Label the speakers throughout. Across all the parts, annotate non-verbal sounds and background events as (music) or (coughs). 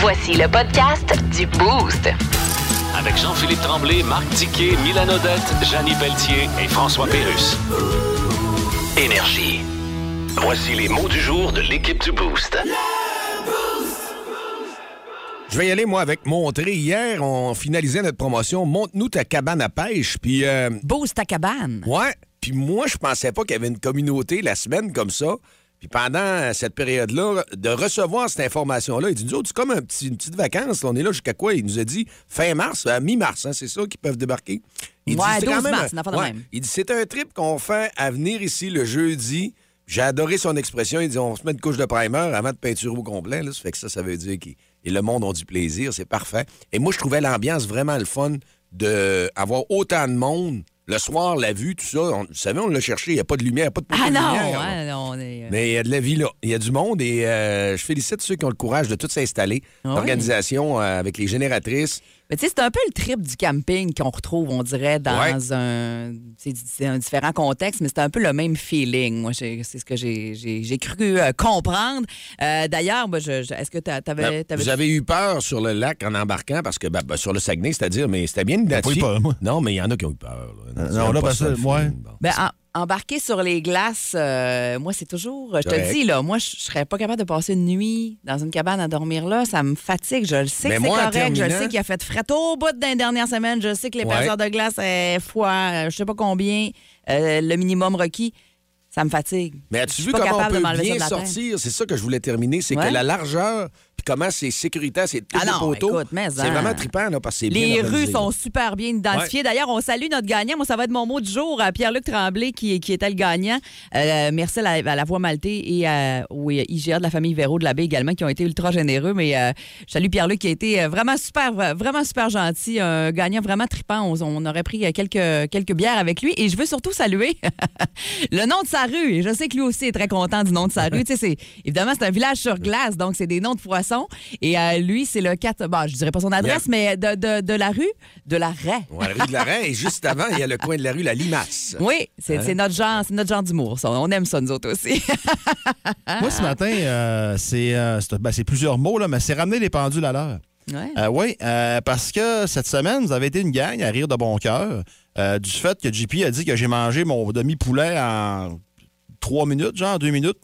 Speaker 1: Voici le podcast du Boost.
Speaker 2: Avec Jean-Philippe Tremblay, Marc Tiquet, Milan Odette, Janine Pelletier et François Pérus. Énergie. Voici les mots du jour de l'équipe du Boost.
Speaker 3: Je vais y aller, moi, avec Montré. Hier, on finalisait notre promotion Monte-nous ta cabane à pêche. Puis, euh,
Speaker 4: Boost ta cabane.
Speaker 3: ouais. Puis moi, je pensais pas qu'il y avait une communauté la semaine comme ça. Puis pendant cette période-là, de recevoir cette information-là, il dit Nous autres, c'est comme un petit- une petite vacance. là. on est là jusqu'à quoi Il nous a dit fin mars, à mi-mars, hein, c'est ça qu'ils peuvent débarquer. Il
Speaker 4: Ouais,
Speaker 3: c'est
Speaker 4: 12
Speaker 3: quand
Speaker 4: mars,
Speaker 3: un-
Speaker 4: une affaire de même.
Speaker 3: Il dit C'est un trip qu'on fait à venir ici le jeudi. J'ai adoré son expression. Il dit On se met une couche de primer avant de peinture au complet. Là. Ça fait que ça, ça veut dire qu'il. Et le monde ont du plaisir, c'est parfait. Et moi, je trouvais l'ambiance vraiment le fun d'avoir autant de monde. Le soir, la vue, tout ça. On, vous savez, on l'a cherché. Il n'y a pas de lumière, pas de
Speaker 4: Ah
Speaker 3: de
Speaker 4: non,
Speaker 3: lumière, là.
Speaker 4: hein, non, on est. euh,
Speaker 3: Mais il y a de la vie là. Il y a du monde et euh, je félicite ceux qui ont le courage de tout s'installer.
Speaker 4: Ah ouais.
Speaker 3: L'organisation euh, avec les génératrices.
Speaker 4: Mais tu sais, c'est un peu le trip du camping qu'on retrouve, on dirait, dans
Speaker 3: Ouais.
Speaker 4: un, c'est- c'est un différent contexte, mais c'est un peu le même feeling. Moi, j'ai- c'est ce que j'ai- j'ai j'ai cru euh, comprendre. Euh, D'ailleurs, moi, je- je- est-ce que t'a- t'avais...
Speaker 3: Ben,
Speaker 4: t'avais-
Speaker 3: vous avez eu peur sur le lac en embarquant parce que ben, ben, sur le Saguenay, c'est-à-dire, mais c'était bien identifié.
Speaker 5: pas eu peur, moi.
Speaker 3: Non, mais il y en a qui ont eu peur. là.
Speaker 5: Euh,
Speaker 3: C'est
Speaker 5: non,
Speaker 3: pas
Speaker 5: là, parce
Speaker 3: ça, le
Speaker 5: que, ouais.
Speaker 3: feeling, bon.
Speaker 4: Ben, en- embarquer sur les glaces, euh, moi, c'est toujours. Je
Speaker 3: Correct.
Speaker 4: te dis, là, moi, je je serais pas capable de passer une nuit dans une cabane à dormir là. Ça me fatigue. Je le sais
Speaker 3: Mais
Speaker 4: que c'est
Speaker 3: moi, en
Speaker 4: correct. Je le
Speaker 3: terminant-
Speaker 4: sais qu'il a fait fret au bout d'une dernière semaine. Je sais que l'épaisseur de glace est fois, euh, je sais pas combien, euh, le minimum requis. Ça me fatigue.
Speaker 3: Mais
Speaker 4: Je
Speaker 3: as-tu
Speaker 4: suis
Speaker 3: vu
Speaker 4: pas
Speaker 3: comment on
Speaker 4: capable de
Speaker 3: peut
Speaker 4: m'enlever ça
Speaker 3: bien
Speaker 4: de la tête.
Speaker 3: sortir? C'est ça que je voulais terminer, c'est
Speaker 4: Ouais.
Speaker 3: que la largeur, puis comment c'est sécuritaire, c'est tous
Speaker 4: Ah
Speaker 3: les
Speaker 4: non,
Speaker 3: poteaux.
Speaker 4: écoute, mais
Speaker 3: c'est
Speaker 4: hein.
Speaker 3: vraiment trippant, là, parce que c'est bien
Speaker 4: Les
Speaker 3: organisé,
Speaker 4: rues
Speaker 3: là.
Speaker 4: sont super bien identifiées. D'ailleurs, on salue notre gagnant. Moi, ça va être mon mot du jour, à Pierre-Luc Tremblay, qui, qui était le gagnant. Euh, merci à la, à la Voix Maltais et à, oui, IGA de la famille Véro de la Baie également, qui ont été ultra généreux. Mais euh, je salue Pierre-Luc, qui a été euh, vraiment super, euh, vraiment super gentil. Un gagnant vraiment trippant. On, on aurait pris euh, quelques, quelques bières avec lui. Et je veux surtout saluer (laughs) le nom de sa rue. Et je sais que lui aussi est très content du nom de
Speaker 5: (laughs)
Speaker 4: sa rue. Tu sais, c'est- évidemment, c'est un village sur glace, donc c'est des noms de poissons. Et euh, lui, c'est le 4... Bon, je dirais pas son adresse, mais de, de- de la rue, de la raie.
Speaker 3: Ouais, la rue de la Reine, et juste avant, il y a le coin de la rue, la
Speaker 4: (laughs)
Speaker 3: Limace.
Speaker 4: Oui, c'est c'est notre genre, c'est notre genre d'humour. ça. On aime ça, nous autres aussi.
Speaker 5: Moi, ce matin, euh, c'est euh, c'est- ben, c'est plusieurs mots, là, mais c'est ramener les pendules à l'heure.
Speaker 4: (laughs) Ouais.
Speaker 5: Euh, oui, euh, parce que cette semaine, vous avez été une gang à rire de bon cœur euh, du fait que JP a dit que j'ai mangé mon demi-poulet en trois minutes, genre deux minutes,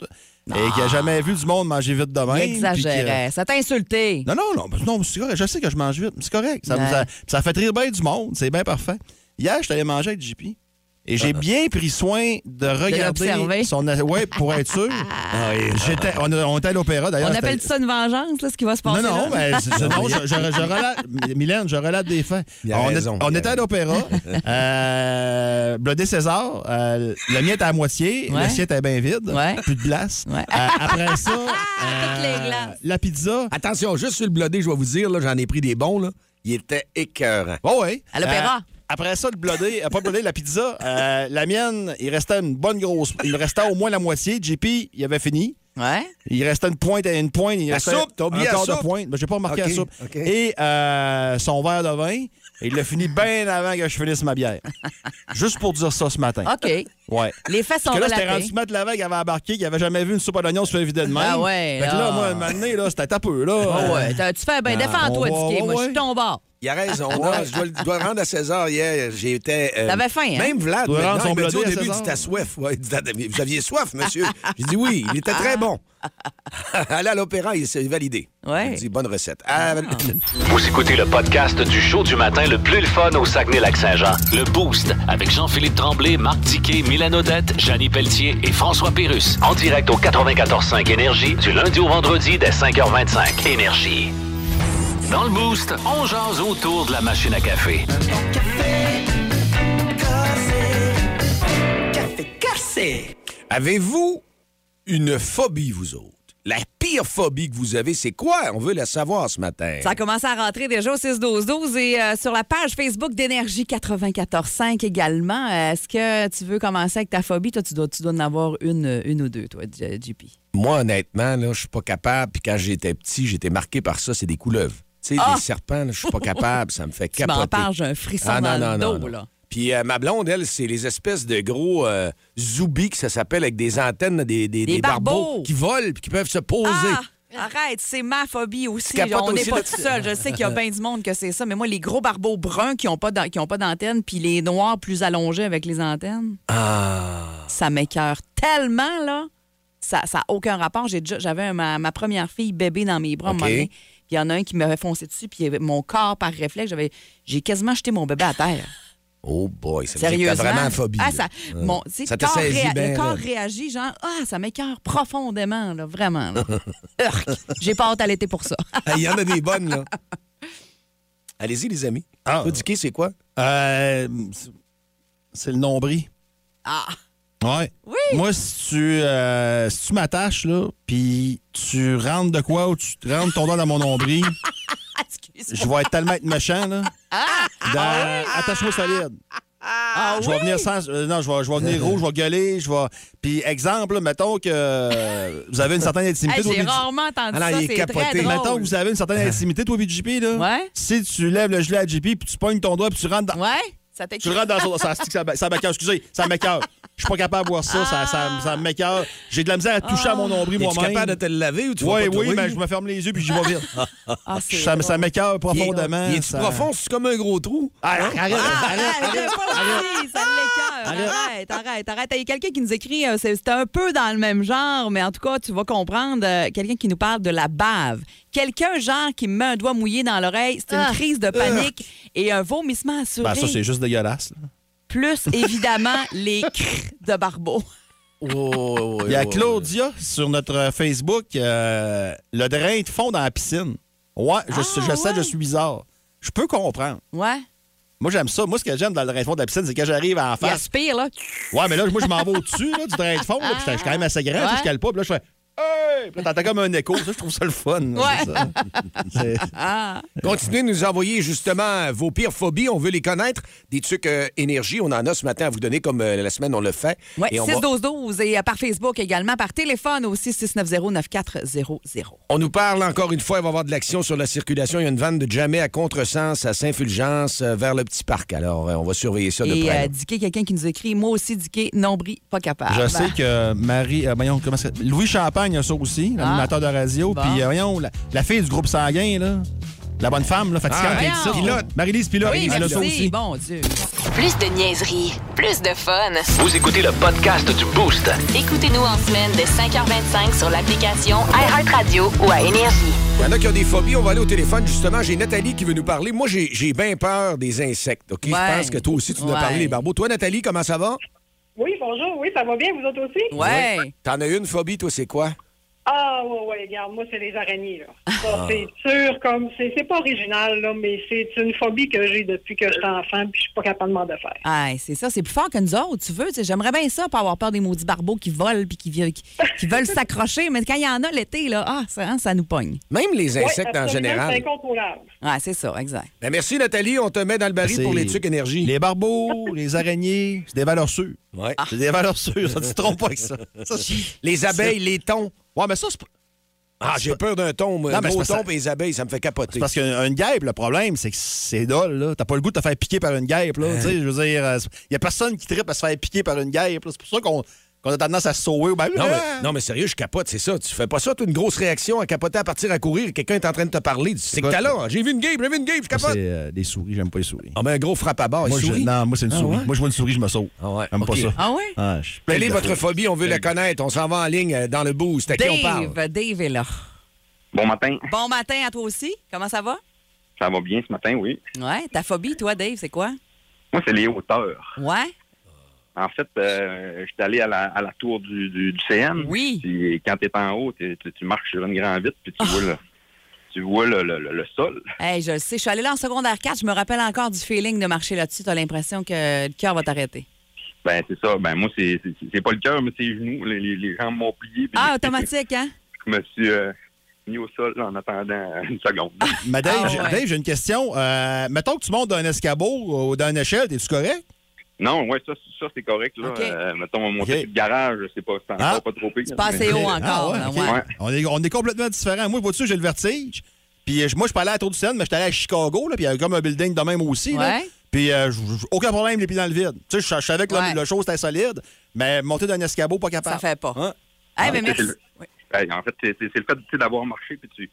Speaker 5: et qu'il n'a jamais vu du monde manger vite de même. puis que-
Speaker 4: Exagérait. Ça t'a insulté.
Speaker 5: Non, non, non, non c'est correct. Je sais que je mange vite, mais c'est correct. Ça,
Speaker 4: Ouais.
Speaker 5: nous a- ça fait rire bien du monde, c'est bien parfait. Hier, je allé manger avec JP. Et j'ai bien pris soin de
Speaker 4: Ah. l'observer. Ah
Speaker 5: regarder son... a- Ouais, pour être
Speaker 4: (laughs)
Speaker 5: sûr. J'étais, on, a- on était à l'opéra, d'ailleurs.
Speaker 4: On
Speaker 5: c'était-
Speaker 4: appelle ça une vengeance, là, ce qui va se
Speaker 5: non,
Speaker 4: passer
Speaker 5: non,
Speaker 4: là?
Speaker 5: mais je, je- non, je- je-
Speaker 4: (laughs)
Speaker 5: je relate. M- Mylène, je relate des faits.
Speaker 3: Il a
Speaker 5: On, est-
Speaker 3: raison,
Speaker 5: on
Speaker 3: il a
Speaker 5: était à l'opéra.
Speaker 4: (laughs)
Speaker 5: euh, Blodé César, euh, le mien était à moitié,
Speaker 4: Ouais.
Speaker 5: le sien était bien vide,
Speaker 4: Ouais.
Speaker 5: plus de glace.
Speaker 4: Ouais.
Speaker 5: Euh, après ça,
Speaker 4: (laughs) Toutes les
Speaker 5: euh,
Speaker 4: glaces.
Speaker 5: la pizza.
Speaker 3: Attention, juste sur le blodé, je vais vous dire, là, j'en ai pris des bons, là. Il était écœurant.
Speaker 5: Oh oui.
Speaker 4: À l'opéra.
Speaker 5: Euh, après ça, le blodé, euh, pas le blodé, la pizza. euh, la mienne, il restait une bonne grosse. Il me restait au moins la moitié. JP, il avait fini.
Speaker 4: Ouais.
Speaker 5: Il restait une pointe à une pointe. Il
Speaker 3: La
Speaker 5: restait
Speaker 3: soupe, t'as
Speaker 5: un
Speaker 3: oublié la
Speaker 5: quart
Speaker 3: soupe.
Speaker 5: de pointe. Ben, J'ai pas remarqué
Speaker 3: OK,
Speaker 5: la soupe.
Speaker 3: OK.
Speaker 5: Et euh, son verre de vin. Il l'a fini bien avant que je finisse ma
Speaker 4: (laughs)
Speaker 5: bière. Juste pour dire ça ce matin.
Speaker 4: OK.
Speaker 5: Ouais.
Speaker 4: Ah, Les faits sont
Speaker 5: Parce que là, c'était
Speaker 4: relatées.
Speaker 5: rendu mat de la veille, il avait embarqué, qu'il avait jamais vu une soupe à l'oignon se faire vider de même.
Speaker 4: Ah ouais,
Speaker 5: Fait que là,
Speaker 4: ah.
Speaker 5: moi, un moment donné, là, c'était tapeux, là.
Speaker 4: Ah ouais, t'as- tu fais bien. Défends-toi,
Speaker 5: euh, on va-
Speaker 4: Dicky. Moi, je suis
Speaker 5: ouais.
Speaker 4: ton bord.
Speaker 3: Il a raison. Moi, je dois, le- je dois le rendre à César hier. J'étais. euh,
Speaker 4: Ah, T'avais faim, hein?
Speaker 3: Même Vlad.
Speaker 5: Dois rendre
Speaker 3: maintenant,
Speaker 5: son
Speaker 3: il m'a dit
Speaker 5: blodé
Speaker 3: au
Speaker 5: à
Speaker 3: début, il
Speaker 5: César.
Speaker 3: dit T'as soif. Ouais, il dit, T'as- Vous aviez soif,
Speaker 4: (laughs)
Speaker 3: monsieur. J'ai dit oui, il était très bon. Aller à l'opéra, il s'est validé.
Speaker 4: Ouais.
Speaker 3: Il dit bonne recette. Ah,
Speaker 2: Vous écoutez le podcast du show du matin le plus le fun au Saguenay-Lac-Saint-Jean. Le Boost avec Jean-Philippe Tremblay, Marc Tiquet, Milan Odette, Janine Pelletier et François Pérus. En direct au 94.5 Énergie du lundi au vendredi dès 5h25. Énergie. Dans le Boost, on jase autour de la machine à café.
Speaker 3: (laughs) Avez-vous une phobie, vous autres? La pire phobie que vous avez, c'est quoi? On veut la savoir ce matin.
Speaker 4: Ça a commencé à rentrer déjà au 6-12-12 et euh, sur la page Facebook d'Énergie 94.5 également. Euh, Est-ce que tu veux commencer avec ta phobie? Toi, tu dois, tu dois en avoir une, une ou deux, toi, J- JP.
Speaker 3: Moi, honnêtement, là, je suis pas capable. Puis quand j'étais petit, j'étais marqué par ça, c'est des couleuvres. Tu sais, des serpents, là, je suis pas capable. Ça me fait
Speaker 4: Ah! (laughs) Tu m'en
Speaker 3: capoter.
Speaker 4: parles, j'ai un frisson
Speaker 3: Ah,
Speaker 4: dans
Speaker 3: non,
Speaker 4: le
Speaker 3: non,
Speaker 4: dos,
Speaker 3: non, non.
Speaker 4: là.
Speaker 3: Puis euh, ma blonde, elle, c'est les espèces de gros euh, zoubis que ça s'appelle avec des antennes, des, des,
Speaker 4: Des
Speaker 3: des barbeaux
Speaker 4: barbeaux.
Speaker 3: qui volent puis qui peuvent se poser.
Speaker 4: Ah! Arrête, c'est ma phobie aussi.
Speaker 3: Capote
Speaker 4: on n'est
Speaker 3: aussi
Speaker 4: pas tout
Speaker 3: là-dessus.
Speaker 4: seul. Je sais qu'il y a bien du monde que c'est ça, mais moi, les gros barbeaux bruns qui n'ont pas d'an- qui ont pas d'antenne, puis les noirs plus allongés avec les antennes,
Speaker 3: Ah!
Speaker 4: ça m'écœure tellement, là. Ça n'a aucun rapport. J'ai déjà- J'avais un- ma, ma première fille bébé dans mes bras. à un
Speaker 3: OK.
Speaker 4: moment donné, Puis il y en a un qui m'avait foncé dessus, puis mon corps, par réflexe, j'avais- j'ai quasiment jeté mon bébé
Speaker 3: (laughs)
Speaker 4: à terre.
Speaker 3: Oh boy, ça veut dire que t'as
Speaker 4: Sérieusement.
Speaker 3: vraiment phobie. là.
Speaker 4: Ah, ça,
Speaker 3: Ouais.
Speaker 4: mon, tu sais,
Speaker 3: Ça te
Speaker 4: corps
Speaker 3: saisit
Speaker 4: réa-
Speaker 3: bien,
Speaker 4: le corps
Speaker 3: là.
Speaker 4: réagit, genre, ah, ça m'écœure profondément, là, vraiment.
Speaker 3: (laughs)
Speaker 4: là. Urk, j'ai pas hâte à l'été pour ça. (laughs)
Speaker 3: Ah, Il y en a des bonnes, là. Allez-y, les amis.
Speaker 5: Ah.
Speaker 3: Toi, Dicky, c'est quoi?
Speaker 5: Euh, c'est- c'est le nombril.
Speaker 4: Ah,
Speaker 5: Ouais.
Speaker 4: Oui.
Speaker 5: Moi, si tu, euh, si tu m'attaches, là, puis tu rentres de quoi ou tu te rentres ton doigt dans mon nombril,
Speaker 4: (laughs) excuse-moi.
Speaker 5: je vais être tellement être méchant, là.
Speaker 4: Ah!
Speaker 5: Dans- euh, Attache-moi solide. Ah, je vais venir sans. euh, non, je vais, je vais venir rouge, je vais gueuler, je vais. Puis, exemple, là, mettons que euh, vous avez une certaine intimité.
Speaker 4: Hey,
Speaker 5: toi,
Speaker 4: j'ai
Speaker 5: puis-
Speaker 4: rarement entendu
Speaker 3: Alors,
Speaker 4: ça,
Speaker 3: Ah il est
Speaker 4: c'est très
Speaker 3: capoté.
Speaker 4: drôle.
Speaker 5: Mettons que vous avez une certaine intimité, toi, et JP, là.
Speaker 4: Ouais.
Speaker 5: Si tu lèves le gilet à JP, puis tu pognes ton doigt, puis tu rentres dans.
Speaker 4: Ouais, ça
Speaker 5: Tu
Speaker 4: t'écœure.
Speaker 5: le rentres dans son. Ça, ça, ça m'écoeure, excusez, ça m'écoeure. Je suis pas capable de voir ça, ça,
Speaker 4: Ah.
Speaker 5: ça, ça m'écoeure. J'ai de la misère à toucher à mon nombril
Speaker 3: Es-tu
Speaker 5: moi-même.
Speaker 3: capable de te le laver ou tu
Speaker 5: Oui,
Speaker 3: vas pas
Speaker 5: oui,
Speaker 3: trouver?
Speaker 5: mais je me ferme les yeux puis j'y vais vite.
Speaker 4: Ah, c'est
Speaker 5: ça,
Speaker 4: drôle.
Speaker 5: ça m'écoeure
Speaker 3: Il est-
Speaker 5: profondément.
Speaker 3: Il est
Speaker 5: ça-
Speaker 3: profond, c'est comme un gros trou. Hein?
Speaker 5: Ah, Arrête, arrête,
Speaker 4: Ah,
Speaker 5: arrête.
Speaker 4: arrête, arrête, ça l'écoeure. Arrête, arrête, arrête. Il y a quelqu'un qui nous écrit, euh, c'est c'est un peu dans le même genre, mais en tout cas, tu vas comprendre. euh, quelqu'un qui nous parle de la bave. Quelqu'un, genre, qui me met un doigt mouillé dans l'oreille, c'est une crise de panique et un vomissement assuré.
Speaker 5: Ben, ça, c'est juste dégueulasse. là.
Speaker 4: Plus, évidemment, (laughs) les cris de barbeau.
Speaker 5: Il y a Claudia sur notre Facebook. euh, le drain de fond dans la piscine. Ouais, je, suis- je sais,
Speaker 4: Ah, ouais.
Speaker 5: je suis bizarre. Je peux comprendre.
Speaker 4: Ouais.
Speaker 5: Moi, j'aime ça. Moi, ce que j'aime dans le drain de fond de la piscine, c'est que j'arrive à en
Speaker 4: Il
Speaker 5: face.
Speaker 4: aspire, là.
Speaker 5: Ouais, mais là, moi, je m'en vais au-dessus là, du drain de fond. là, puis je suis quand même assez grand. tu sais, Je cale pas. Puis là, je fais. Hey! Puis là, t'entends comme un écho. Ça, je trouve ça le fun. là,
Speaker 4: Ouais.
Speaker 5: c'est ça. C'est-
Speaker 3: Continuez de nous envoyer justement vos pires phobies. On veut les connaître. Des trucs euh, énergie, on en a ce matin à vous donner comme euh, la semaine on le fait.
Speaker 4: Ouais,
Speaker 3: Et on, va-
Speaker 4: 6-12-12 et euh, par Facebook également, par téléphone aussi, 690-9400.
Speaker 3: on nous parle encore une fois, il va y avoir de l'action sur la circulation. Il y a une vanne de jamais à contresens à Saint-Fulgence euh, vers le petit parc. Alors, euh, on va surveiller ça de
Speaker 4: Et
Speaker 3: près.
Speaker 4: euh, Dicky, quelqu'un qui nous écrit, moi aussi, Dicky, nombril, pas capable.
Speaker 5: Je sais que Marie, euh, voyons, comment ça- Louis Champagne a ça aussi, l'animateur de radio.
Speaker 4: Ah, Bon.
Speaker 5: Puis, euh, voyons, la, la fille du groupe sanguin, là, la bonne femme, là, fatigante,
Speaker 3: Ah,
Speaker 5: qui est ici,
Speaker 4: voyons.
Speaker 5: là, Marie-Lise Pilote,
Speaker 4: Oui,
Speaker 5: elle a ça
Speaker 4: merci,
Speaker 5: aussi.
Speaker 4: bon Dieu.
Speaker 1: Plus de niaiserie, plus de fun.
Speaker 2: Vous écoutez le podcast du Boost.
Speaker 1: Écoutez-nous en semaine de 5h25 sur l'application iHeartRadio ou à Énergie.
Speaker 3: Il y en a qui ont des phobies, on va aller au téléphone justement. J'ai Nathalie qui veut nous parler. Moi, j'ai j'ai bien peur des insectes, OK?
Speaker 4: Ouais.
Speaker 3: Je pense que toi aussi, tu nous as
Speaker 4: Ouais.
Speaker 3: parlé, les barbeaux. Toi, Nathalie, comment ça va?
Speaker 6: Oui, bonjour. Oui, ça va bien, vous autres aussi?
Speaker 4: Ouais.
Speaker 3: T'en as une phobie, toi, c'est quoi?
Speaker 6: Ah, ouais, ouais, regarde, moi, c'est les araignées, là.
Speaker 4: Ah.
Speaker 6: Ça, c'est sûr, comme, c'est c'est pas original, là, mais c'est une phobie que j'ai depuis que j'étais enfant, puis je suis pas capable de m'en défaire.
Speaker 4: Aïe, c'est ça, c'est plus fort que nous autres, tu veux. tu sais, J'aimerais bien ça, pas avoir peur des maudits barbeaux qui volent puis qui, vi- qui, qui veulent s'accrocher, mais quand il y en a l'été, là, ah, ça, hein, ça nous pogne.
Speaker 3: Même les
Speaker 6: Ouais,
Speaker 3: insectes Ben,
Speaker 6: absolument,
Speaker 3: en
Speaker 6: C'est
Speaker 3: général.
Speaker 6: incontourable.
Speaker 4: Ouais, c'est ça, exact.
Speaker 3: Ben, merci, Nathalie. On te met dans le baril
Speaker 5: C'est-
Speaker 3: pour les trucs énergie.
Speaker 5: Les barbeaux, les araignées, c'est des valeurs sûres.
Speaker 3: Ouais.
Speaker 5: C'est des valeurs sûres, ça, tu te trompes pas avec ça.
Speaker 4: Ah.
Speaker 5: Ça, c'est-
Speaker 3: Les abeilles, les thons.
Speaker 5: Ouais, mais ça, c'est pas-
Speaker 3: Ah, j'ai peur d'un thon. moi.
Speaker 5: Non,
Speaker 3: Un
Speaker 5: mais
Speaker 3: gros
Speaker 5: c'est parce
Speaker 3: thon
Speaker 5: que-
Speaker 3: et les abeilles, ça me fait capoter.
Speaker 5: parce qu'une guêpe, le problème, c'est que c'est dole, là. T'as pas le goût de te faire piquer par une guêpe, là. Tu sais, je veux dire, euh, c'est- y a personne qui tripe à se faire piquer par une guêpe, là. C'est pour ça qu'on qu'on a tendance à se sauver. Ben,
Speaker 3: Non
Speaker 5: ah!
Speaker 3: mais, non, mais sérieux, je capote, c'est ça. Tu fais pas ça, t'as une grosse réaction à capoter, à partir à courir, quelqu'un est en train de te parler. Tu sais que t'as là. J'ai vu une game, j'ai vu une game, je
Speaker 5: Moi,
Speaker 3: capote.
Speaker 5: C'est euh, des souris, j'aime pas les souris.
Speaker 3: Ah, ben, un gros frappe à bord,
Speaker 5: Moi,
Speaker 3: il
Speaker 5: je,
Speaker 3: sourit.
Speaker 5: non, moi, c'est une souris. Ah, Moi, je vois une souris, je me sauve.
Speaker 3: Ah ouais,
Speaker 5: J'aime
Speaker 3: ok.
Speaker 5: pas ça.
Speaker 4: Ah ouais?
Speaker 5: Ah, je suis plein
Speaker 3: Quelle est
Speaker 5: de
Speaker 3: votre phobie? On veut la connaître. On s'en va en ligne euh, dans le boost. À qui on parle?
Speaker 4: Dave, Dave est là.
Speaker 7: Bon matin,
Speaker 4: Bon matin à toi aussi, comment ça va?
Speaker 7: ça va bien ce matin, oui.
Speaker 4: Ouais, ta phobie, toi, Dave, c'est quoi?
Speaker 7: Moi, c'est les hauteurs.
Speaker 4: Ouais?
Speaker 7: En fait, euh, je suis allé à la, à la tour du, du, du CN.
Speaker 4: Oui.
Speaker 7: Puis quand tu es en haut, t'es- tu, tu marches sur une grande vitre, puis tu vois
Speaker 4: Ah.
Speaker 7: le, tu vois le, le- le- le sol.
Speaker 4: Hey, je le sais, je suis allée là en secondaire 4, je me rappelle encore du feeling de marcher là-dessus, t'as l'impression que le cœur va t'arrêter.
Speaker 7: Ben, c'est ça. Ben, moi, c'est c'est- c'est pas le cœur, mais c'est les genoux. Les, les, les jambes m'ont plié. puis
Speaker 4: Ah, automatique, hein?
Speaker 7: Je me suis euh, mis au sol en attendant (laughs) une seconde.
Speaker 5: Mais Dave,
Speaker 4: Ah,
Speaker 5: j'ai-
Speaker 4: ouais.
Speaker 5: Dave, j'ai une question. Euh, mettons que tu montes d'un escabeau ou d'une échelle, es-tu correct?
Speaker 7: non, ouais, ça, ça c'est correct. Là.
Speaker 4: OK.
Speaker 7: Euh, mettons, mon
Speaker 5: OK.
Speaker 7: petit garage, c'est pas, c'est encore
Speaker 5: Ah.
Speaker 7: pas trop pire.
Speaker 4: C'est pas assez haut
Speaker 5: Ah,
Speaker 4: encore,
Speaker 5: ouais,
Speaker 4: là,
Speaker 5: ok.
Speaker 4: ouais.
Speaker 7: Ouais.
Speaker 5: On, est, on est complètement différents. Moi, vois-tu, j'ai le vertige. Puis euh, moi, je suis pas allé à la Tour du Seine, mais je suis allé à Chicago, là, puis il y avait comme un building de même aussi. là.
Speaker 4: Ouais.
Speaker 5: Puis euh, j- j- aucun problème, les pieds dans le vide. Tu sais, je- je savais que le-
Speaker 4: Ouais.
Speaker 5: le show était solide, mais monter d'un escabeau, pas capable.
Speaker 4: Ça fait pas.
Speaker 5: Hein?
Speaker 4: Eh
Speaker 7: Ah,
Speaker 4: ben,
Speaker 7: ça,
Speaker 4: merci.
Speaker 7: c'est le-
Speaker 4: Oui.
Speaker 7: Ben, en fait, c'est c'est- c'est le fait tu sais, d'avoir marché, puis tu,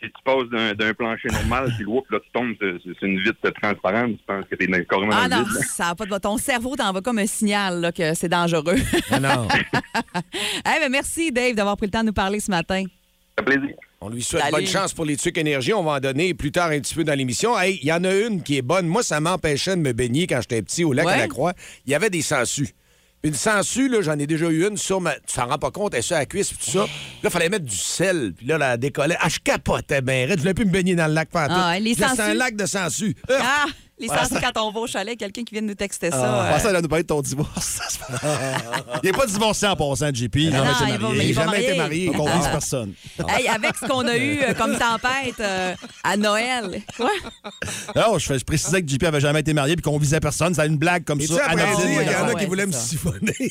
Speaker 7: puis tu passes d'un d'un plancher normal, puis l'autre, là, tu tombes, c'est c'est une vitre transparente, tu penses que t'es dans- carrément
Speaker 4: Ah
Speaker 7: dans le
Speaker 4: non,
Speaker 7: vide.
Speaker 3: (laughs)
Speaker 7: là.
Speaker 4: ça a pas de... Ton cerveau t'envoie comme un signal là, que c'est dangereux.
Speaker 3: Non, Ah non.
Speaker 4: (laughs) Eh ben, merci, Dave, d'avoir pris le temps de nous parler ce matin.
Speaker 7: Ça fait plaisir.
Speaker 3: On lui souhaite
Speaker 4: Salut.
Speaker 3: bonne chance pour les trucs énergie. On va en donner plus tard un petit peu dans l'émission. Hey, il y en a une qui est bonne. Moi, ça m'empêchait de me baigner quand j'étais petit au lac
Speaker 4: Ouais.
Speaker 3: à la Croix. Il y avait des sangsues. Puis Une sangsue, là, j'en ai déjà eu une sur ma. Tu t'en rends pas compte, elle est sur la cuisse, puis tout ça. Puis Là, il fallait mettre du sel, puis là, la décollait. Ah, je capotais ben raide. Je voulais plus me baigner dans le lac pantoute.
Speaker 4: Ah, ouais, les
Speaker 3: Je disais, C'est
Speaker 4: sangsues.
Speaker 3: un lac de sangsues. Euh,
Speaker 4: Ah, les sensus quand on va au chalet, quelqu'un qui vient de nous texter ça.
Speaker 3: Ah.
Speaker 4: euh,
Speaker 5: Pensez à nous parler de ton divorce. (laughs) il n'est pas divorcé en passant, JP. Il n'a
Speaker 4: non,
Speaker 5: jamais
Speaker 4: il
Speaker 5: été
Speaker 4: va-
Speaker 5: marié.
Speaker 4: il va
Speaker 5: jamais été
Speaker 4: marier. Ah.
Speaker 5: marié. Donc, on vise personne.
Speaker 4: hey, avec ce qu'on a eu euh, comme tempête euh, à Noël. Quoi?
Speaker 5: Non, je, fais- je précisais que JP avait jamais été marié puis qu'on visait personne. C'était une blague comme
Speaker 3: Et tu sais,
Speaker 5: ça.
Speaker 3: après
Speaker 5: anodine,
Speaker 3: il y en a
Speaker 4: ouais,
Speaker 3: qui voulaient
Speaker 4: c'est
Speaker 3: me
Speaker 4: ça.
Speaker 3: siphonner.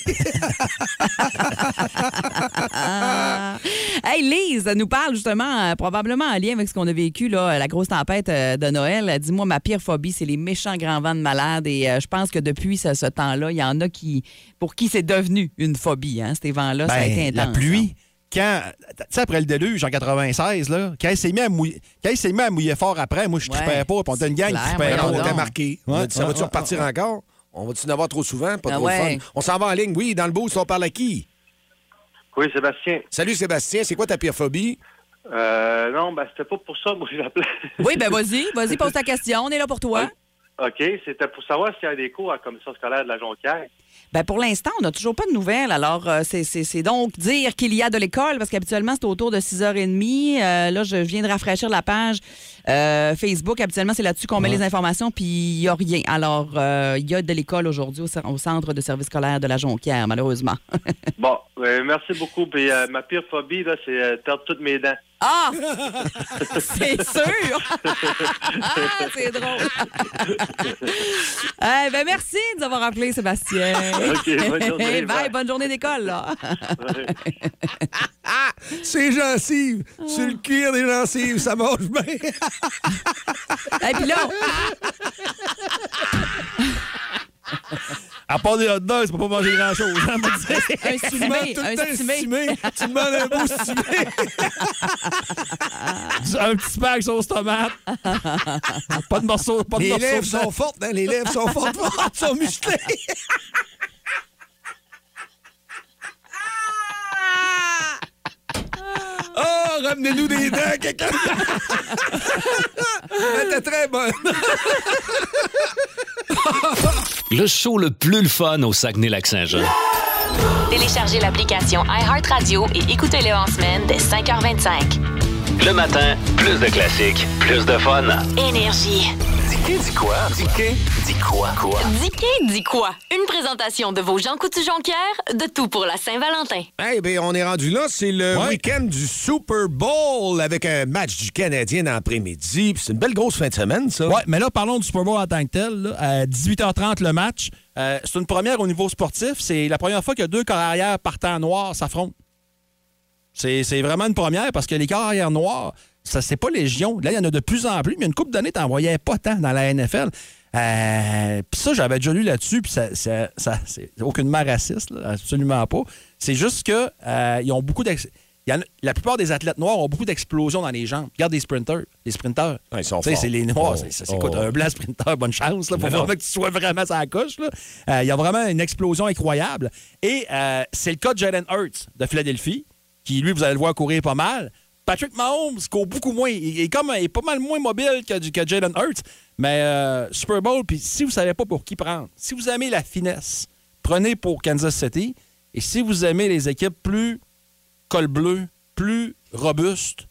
Speaker 4: Ah. (laughs) Hey, Lise elle nous parle justement, euh, probablement en lien avec ce qu'on a vécu, là, la grosse tempête euh, de Noël. Elle dit, Moi, ma pire phobie, c'est les méchants grands vents de malades. Et euh, je pense que depuis ce, ce temps-là, il y en a qui, pour qui c'est devenu une phobie. Hein, ces vents-là, ça a
Speaker 5: Ben,
Speaker 4: été intense.
Speaker 5: La
Speaker 4: hein.
Speaker 5: pluie, quand. Tu sais, après le déluge en 96, là, quand il s'est mis à mouiller, quand il s'est mis à mouiller fort après, moi, je ne
Speaker 4: Ouais,
Speaker 5: trippais pas. Puis on était une gang
Speaker 4: c'est
Speaker 5: qui
Speaker 4: clair,
Speaker 5: trippait
Speaker 4: voyons
Speaker 5: pas.
Speaker 3: on
Speaker 4: donc.
Speaker 3: était marqué. On a dit, ça
Speaker 5: Ouais,
Speaker 3: va-tu
Speaker 5: ouais,
Speaker 3: repartir encore? On va-tu en avoir trop souvent? Pas
Speaker 4: Ah
Speaker 3: trop
Speaker 4: ouais.
Speaker 3: de fun. On s'en va en ligne. Oui, dans le boost, on parle à qui?
Speaker 8: Oui, Sébastien.
Speaker 3: Salut Sébastien, c'est quoi ta pire phobie?
Speaker 8: Euh, non, ben, c'était pas pour ça, moi, j'appelais.
Speaker 4: (laughs) Oui, ben vas-y, vas-y, pose ta question. On est là pour toi.
Speaker 8: Euh, OK, c'était pour savoir s'il y a des cours à la commission scolaire de la Jonquière.
Speaker 4: Ben pour l'instant, on n'a toujours pas de nouvelles. Alors, euh, c'est- c'est c'est donc dire qu'il y a de l'école, parce qu'habituellement, c'est autour de 6h30. Euh, là, je viens de rafraîchir la page euh, Facebook. Habituellement, c'est là-dessus qu'on met les informations, puis il n'y a rien. Alors, euh, il y a de l'école aujourd'hui au, cer- au centre de service scolaire de la Jonquière, malheureusement.
Speaker 8: Bon, euh, merci beaucoup. Puis euh, ma pire phobie, là, c'est euh, perdre toutes mes dents.
Speaker 4: Ah! c'est sûr! Ah, c'est drôle! Eh ben merci de nous avoir appelés, Sébastien.
Speaker 8: OK, bonne journée.
Speaker 4: (laughs) Bye, bonne journée d'école, là.
Speaker 3: C'est gencives. Sur le cuir des Ah, gencives, ça mange bien.
Speaker 4: Et Eh, puis là,
Speaker 5: À part des hot dogs, tu peux pas manger grand-chose. hein, moi, tu sais.
Speaker 4: un stimé, un stimé.
Speaker 3: Tu demandes un beau stimé.
Speaker 5: (laughs) un petit pack sauce tomate. pas de morceaux, pas de
Speaker 3: Les
Speaker 5: morceaux.
Speaker 3: lèvres sont fortes, hein? Les lèvres sont (laughs) fortes, fortes, sont musclées.
Speaker 5: Ah,
Speaker 3: Oh, ramenez-nous des dents, quelqu'un!
Speaker 4: (laughs)
Speaker 3: Elle était très bonne.
Speaker 2: Le show le plus le fun au Saguenay-Lac-Saint-Jean.
Speaker 1: Téléchargez l'application iHeartRadio et écoutez-le en semaine dès 5h25.
Speaker 2: Le matin, plus de classiques, plus de fun.
Speaker 1: Énergie.
Speaker 2: Dis dis quoi? Dis dis quoi? Quoi?
Speaker 1: Dis-qui, dis quoi? Une présentation de vos Jean Coutu-Jonquière, de tout pour la Saint-Valentin.
Speaker 3: Eh bien, on est rendu là. C'est le
Speaker 5: Ouais.
Speaker 3: week-end du Super Bowl avec un match du Canadien dans l'après-midi. Puis C'est une belle grosse fin de semaine, ça.
Speaker 5: Ouais, mais là, parlons du Super Bowl en tant que tel. là. À 18h30, le match. Euh, c'est une première au niveau sportif. C'est la première fois que deux corps arrière partant noirs s'affrontent. C'est, c'est vraiment une première parce que les corps arrière noirs, ça, c'est pas légion. Là, il y en a de plus en plus, mais une coupe d'années, t'en voyais pas tant dans la NFL. Euh, puis ça, j'avais déjà lu là-dessus, puis ça, ça- ça- c'est aucunement raciste, là, absolument pas. C'est juste que euh, ils ont beaucoup d'ex- il y en a- La plupart des athlètes noirs ont beaucoup d'explosions dans les jambes. Regarde des sprinters, les sprinters.
Speaker 3: Ah, ils sont
Speaker 5: Tu sais,
Speaker 3: forts.
Speaker 5: c'est les noirs.
Speaker 3: Oh,
Speaker 5: c'est, c'est-
Speaker 3: oh.
Speaker 5: écoute, un blanc sprinter, bonne chance. Là, pour
Speaker 3: Non, non.
Speaker 5: vraiment que tu sois vraiment sur la coche. là. Euh, Il y a vraiment une explosion incroyable. Et euh, c'est le cas de Jalen Hurts de Philadelphie, qui, lui, vous allez le voir courir pas mal. Patrick Mahomes court beaucoup moins. Il est, comme, il est pas mal moins mobile que, du- que Jalen Hurts. Mais euh, Super Bowl, puis si vous savez pas pour qui prendre, si vous aimez la finesse, prenez pour Kansas City. Et si vous aimez les équipes plus col bleu, plus robuste,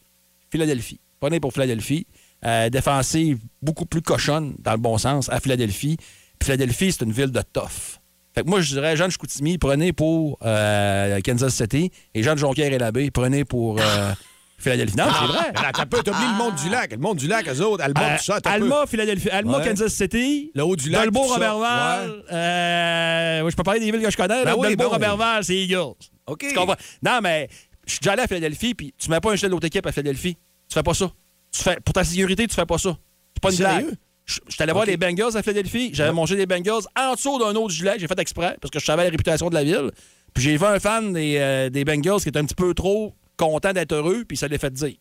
Speaker 5: Philadelphie. Prenez pour Philadelphie. Euh, défensive beaucoup plus cochonne, dans le bon sens, à Philadelphie. Puis Philadelphie, c'est une ville de tough. Fait que moi, je dirais, Jeanne Chicoutimi, prenez pour euh, Kansas City. Et Jeanne Jonquière et Labbé, prenez pour
Speaker 3: (laughs)
Speaker 5: euh, Philadelphie. Non, c'est vrai.
Speaker 3: Ah, Attends, t'as peu, t'as oublié le monde du lac. Le monde du lac, eux autres, Alma,
Speaker 5: Euh,
Speaker 3: tout ça, t'as peu.
Speaker 5: Alma, Philadelphie. Alma,
Speaker 3: Ouais.
Speaker 5: Kansas City.
Speaker 3: Le haut du lac,
Speaker 5: Dolbeau,
Speaker 3: tout ça.
Speaker 5: Roberval.
Speaker 3: Ouais.
Speaker 5: Euh, oui, je peux parler des villes que je connais.
Speaker 3: Ben
Speaker 5: là.
Speaker 3: oui,
Speaker 5: Dolbeau,
Speaker 3: ben oui.
Speaker 5: Roberval, c'est Eagles.
Speaker 3: OK.
Speaker 5: Tu comprends? Non, mais je suis déjà allé à Philadelphie, puis tu mets pas un gilet de l'autre équipe à Philadelphie. Tu fais pas ça. Tu fais, pour ta sécurité, tu fais pas ça. C'est pas une
Speaker 3: Sérieux?
Speaker 5: blague. Je je suis allé voir les Bengals à Philadelphie. J'avais mangé des Bengals en dessous d'un autre gilet. J'ai fait exprès parce que je savais la réputation de la ville. Puis j'ai vu un fan des, euh, des Bengals qui était un petit peu trop content d'être heureux, puis ça l'est fait dire.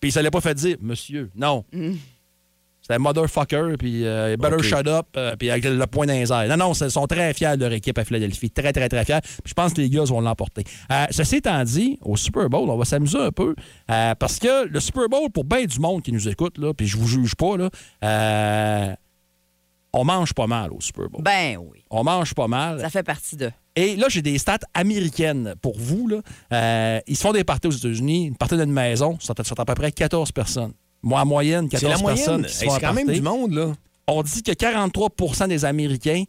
Speaker 5: Puis ça l'est pas fait dire, monsieur, non. C'était motherfucker, puis euh, better
Speaker 3: Ok.
Speaker 5: shut up, euh, puis avec le, le point dans les airs. Non, non, ils sont très fiers de leur équipe à Philadelphie. Très, très, très fiers. Puis je pense que les gars vont l'emporter. Euh, ceci étant dit, au Super Bowl, on va s'amuser un peu, euh, parce que le Super Bowl, pour bien du monde qui nous écoute, là, puis je vous juge pas, là, euh, on mange pas mal au Super Bowl.
Speaker 4: Ben oui,
Speaker 5: On mange pas mal.
Speaker 4: ça fait partie de.
Speaker 5: Et là, j'ai des stats américaines pour vous. là. Euh, ils se font des parties aux États-Unis. Une partie d'une maison, ça sont à peu près 14 personnes. Moi, en moyenne,
Speaker 3: C'est
Speaker 5: 14
Speaker 3: la
Speaker 5: personnes
Speaker 3: moyenne.
Speaker 5: qui se
Speaker 3: Hey,
Speaker 5: font
Speaker 3: C'est
Speaker 5: un
Speaker 3: quand même
Speaker 5: party.
Speaker 3: du monde, là.
Speaker 5: On dit que 43 des Américains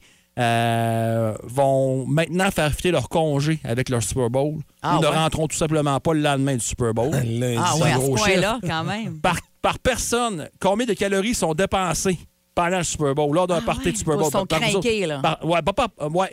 Speaker 5: euh, vont maintenant faire filer leur congé avec leur Super Bowl.
Speaker 4: Ah
Speaker 5: Ils ne
Speaker 4: ouais?
Speaker 5: rentreront tout simplement pas le lendemain du Super Bowl.
Speaker 3: Lundi.
Speaker 4: Ah
Speaker 5: c'est
Speaker 4: oui,
Speaker 5: un
Speaker 4: à ce
Speaker 5: gros chiffre.
Speaker 4: point-là, quand même.
Speaker 5: par, par personne, combien de calories sont dépensées pendant le Super Bowl, lors d'un
Speaker 4: Ah
Speaker 5: party
Speaker 4: ouais,
Speaker 5: de Super
Speaker 4: ils
Speaker 5: Bowl?
Speaker 4: sont
Speaker 5: Par- par-
Speaker 4: craqués, là.
Speaker 5: par- ouais, pas, par- euh, ouais.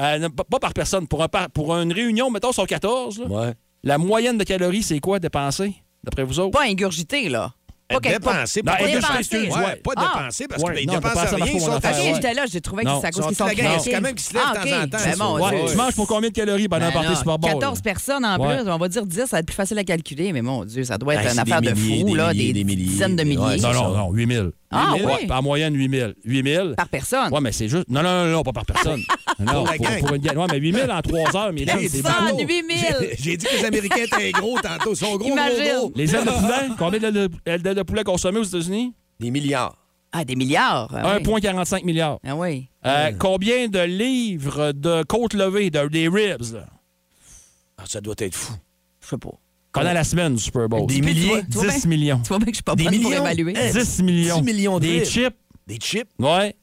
Speaker 5: Euh, non, pas- pas par personne. Pour, un par- pour une réunion, mettons, sont 14. là.
Speaker 3: Ouais.
Speaker 5: La moyenne de calories, c'est quoi dépensée, d'après vous autres?
Speaker 4: Pas ingurgité, là. Pas quelque-
Speaker 3: Dépenser,
Speaker 5: Non,
Speaker 3: pas
Speaker 5: dépenser,
Speaker 3: dépenser.
Speaker 5: excuse-moi.
Speaker 3: Ouais, pas
Speaker 4: Ah.
Speaker 3: dépenser parce
Speaker 5: Ouais,
Speaker 3: qu'ils
Speaker 5: non,
Speaker 3: dépensent
Speaker 5: dépenser,
Speaker 3: rien.
Speaker 5: marche
Speaker 3: Ils
Speaker 5: pour mon
Speaker 3: sont
Speaker 5: affaire,
Speaker 4: Ok,
Speaker 5: ouais.
Speaker 3: assis.
Speaker 4: j'étais là, j'ai trouvé que
Speaker 5: Non,
Speaker 4: c'est à
Speaker 3: ils
Speaker 4: cause
Speaker 3: sont
Speaker 4: qu'ils sont
Speaker 3: très gars,
Speaker 4: craqués.
Speaker 3: c'est quand même qu'ils se lèvent
Speaker 4: Ah,
Speaker 3: de temps
Speaker 4: ok.
Speaker 3: en temps,
Speaker 4: Ben,
Speaker 3: ça,
Speaker 4: mon
Speaker 3: ouais.
Speaker 4: Dieu.
Speaker 5: Ouais, tu manges pour combien de calories pendant un
Speaker 4: Ben
Speaker 5: party
Speaker 4: non,
Speaker 5: de Super Bowl?
Speaker 4: 14 personnes en
Speaker 5: Ouais.
Speaker 4: plus, on va dire 10, ça va être plus facile à calculer, mais mon Dieu, ça doit être
Speaker 3: Ben,
Speaker 4: une
Speaker 3: c'est des
Speaker 4: affaire
Speaker 3: milliers,
Speaker 4: de fou,
Speaker 3: des
Speaker 4: là,
Speaker 3: milliers,
Speaker 4: des,
Speaker 3: des milliers.
Speaker 4: dizaines de
Speaker 3: Ouais,
Speaker 4: milliers
Speaker 5: Non,
Speaker 3: Ah, c'est
Speaker 5: non,
Speaker 3: ça.
Speaker 5: non, 8 000.
Speaker 4: Ah,
Speaker 5: 8 000?
Speaker 4: ouais.
Speaker 5: par moyenne, 8 000. 8 000.
Speaker 4: par personne.
Speaker 5: Ouais, mais c'est juste. Non, non, non, non, pas par personne.
Speaker 3: (laughs)
Speaker 5: non,
Speaker 3: la
Speaker 5: pour,
Speaker 3: gang.
Speaker 5: pour une gang. Ouais, mais 8 000 en 3 heures, mais
Speaker 3: Hey,
Speaker 5: c'est
Speaker 3: ça,
Speaker 5: pas
Speaker 3: Pardon.
Speaker 4: 108 000.
Speaker 3: J'ai- J'ai dit que les Américains étaient gros tantôt. Ils sont gros,
Speaker 4: Imagine.
Speaker 3: gros, gros.
Speaker 5: Les ailes de poulet, combien d'ailes de- ailes de poulet consommées aux États-Unis?
Speaker 3: Des milliards.
Speaker 4: Ah, des milliards. Ah, oui.
Speaker 5: 1,45 milliard.
Speaker 4: Ah oui.
Speaker 5: Euh, Combien de livres de côte levée, de, des ribs, là,
Speaker 3: Ah, ça doit être fou.
Speaker 4: Je sais pas.
Speaker 5: pendant la semaine du Super Bowl?
Speaker 3: Des ben? milliers.
Speaker 4: Tu vois
Speaker 5: 10
Speaker 4: bien-
Speaker 5: millions.
Speaker 4: Tu vois bien que je suis pas
Speaker 3: Des
Speaker 4: bonne pour
Speaker 3: millions?
Speaker 4: évaluer.
Speaker 3: Eh,
Speaker 5: 10 millions.
Speaker 3: 10 millions de
Speaker 5: Des
Speaker 3: ribs.
Speaker 5: chips.
Speaker 3: Des chips.
Speaker 5: Ouais.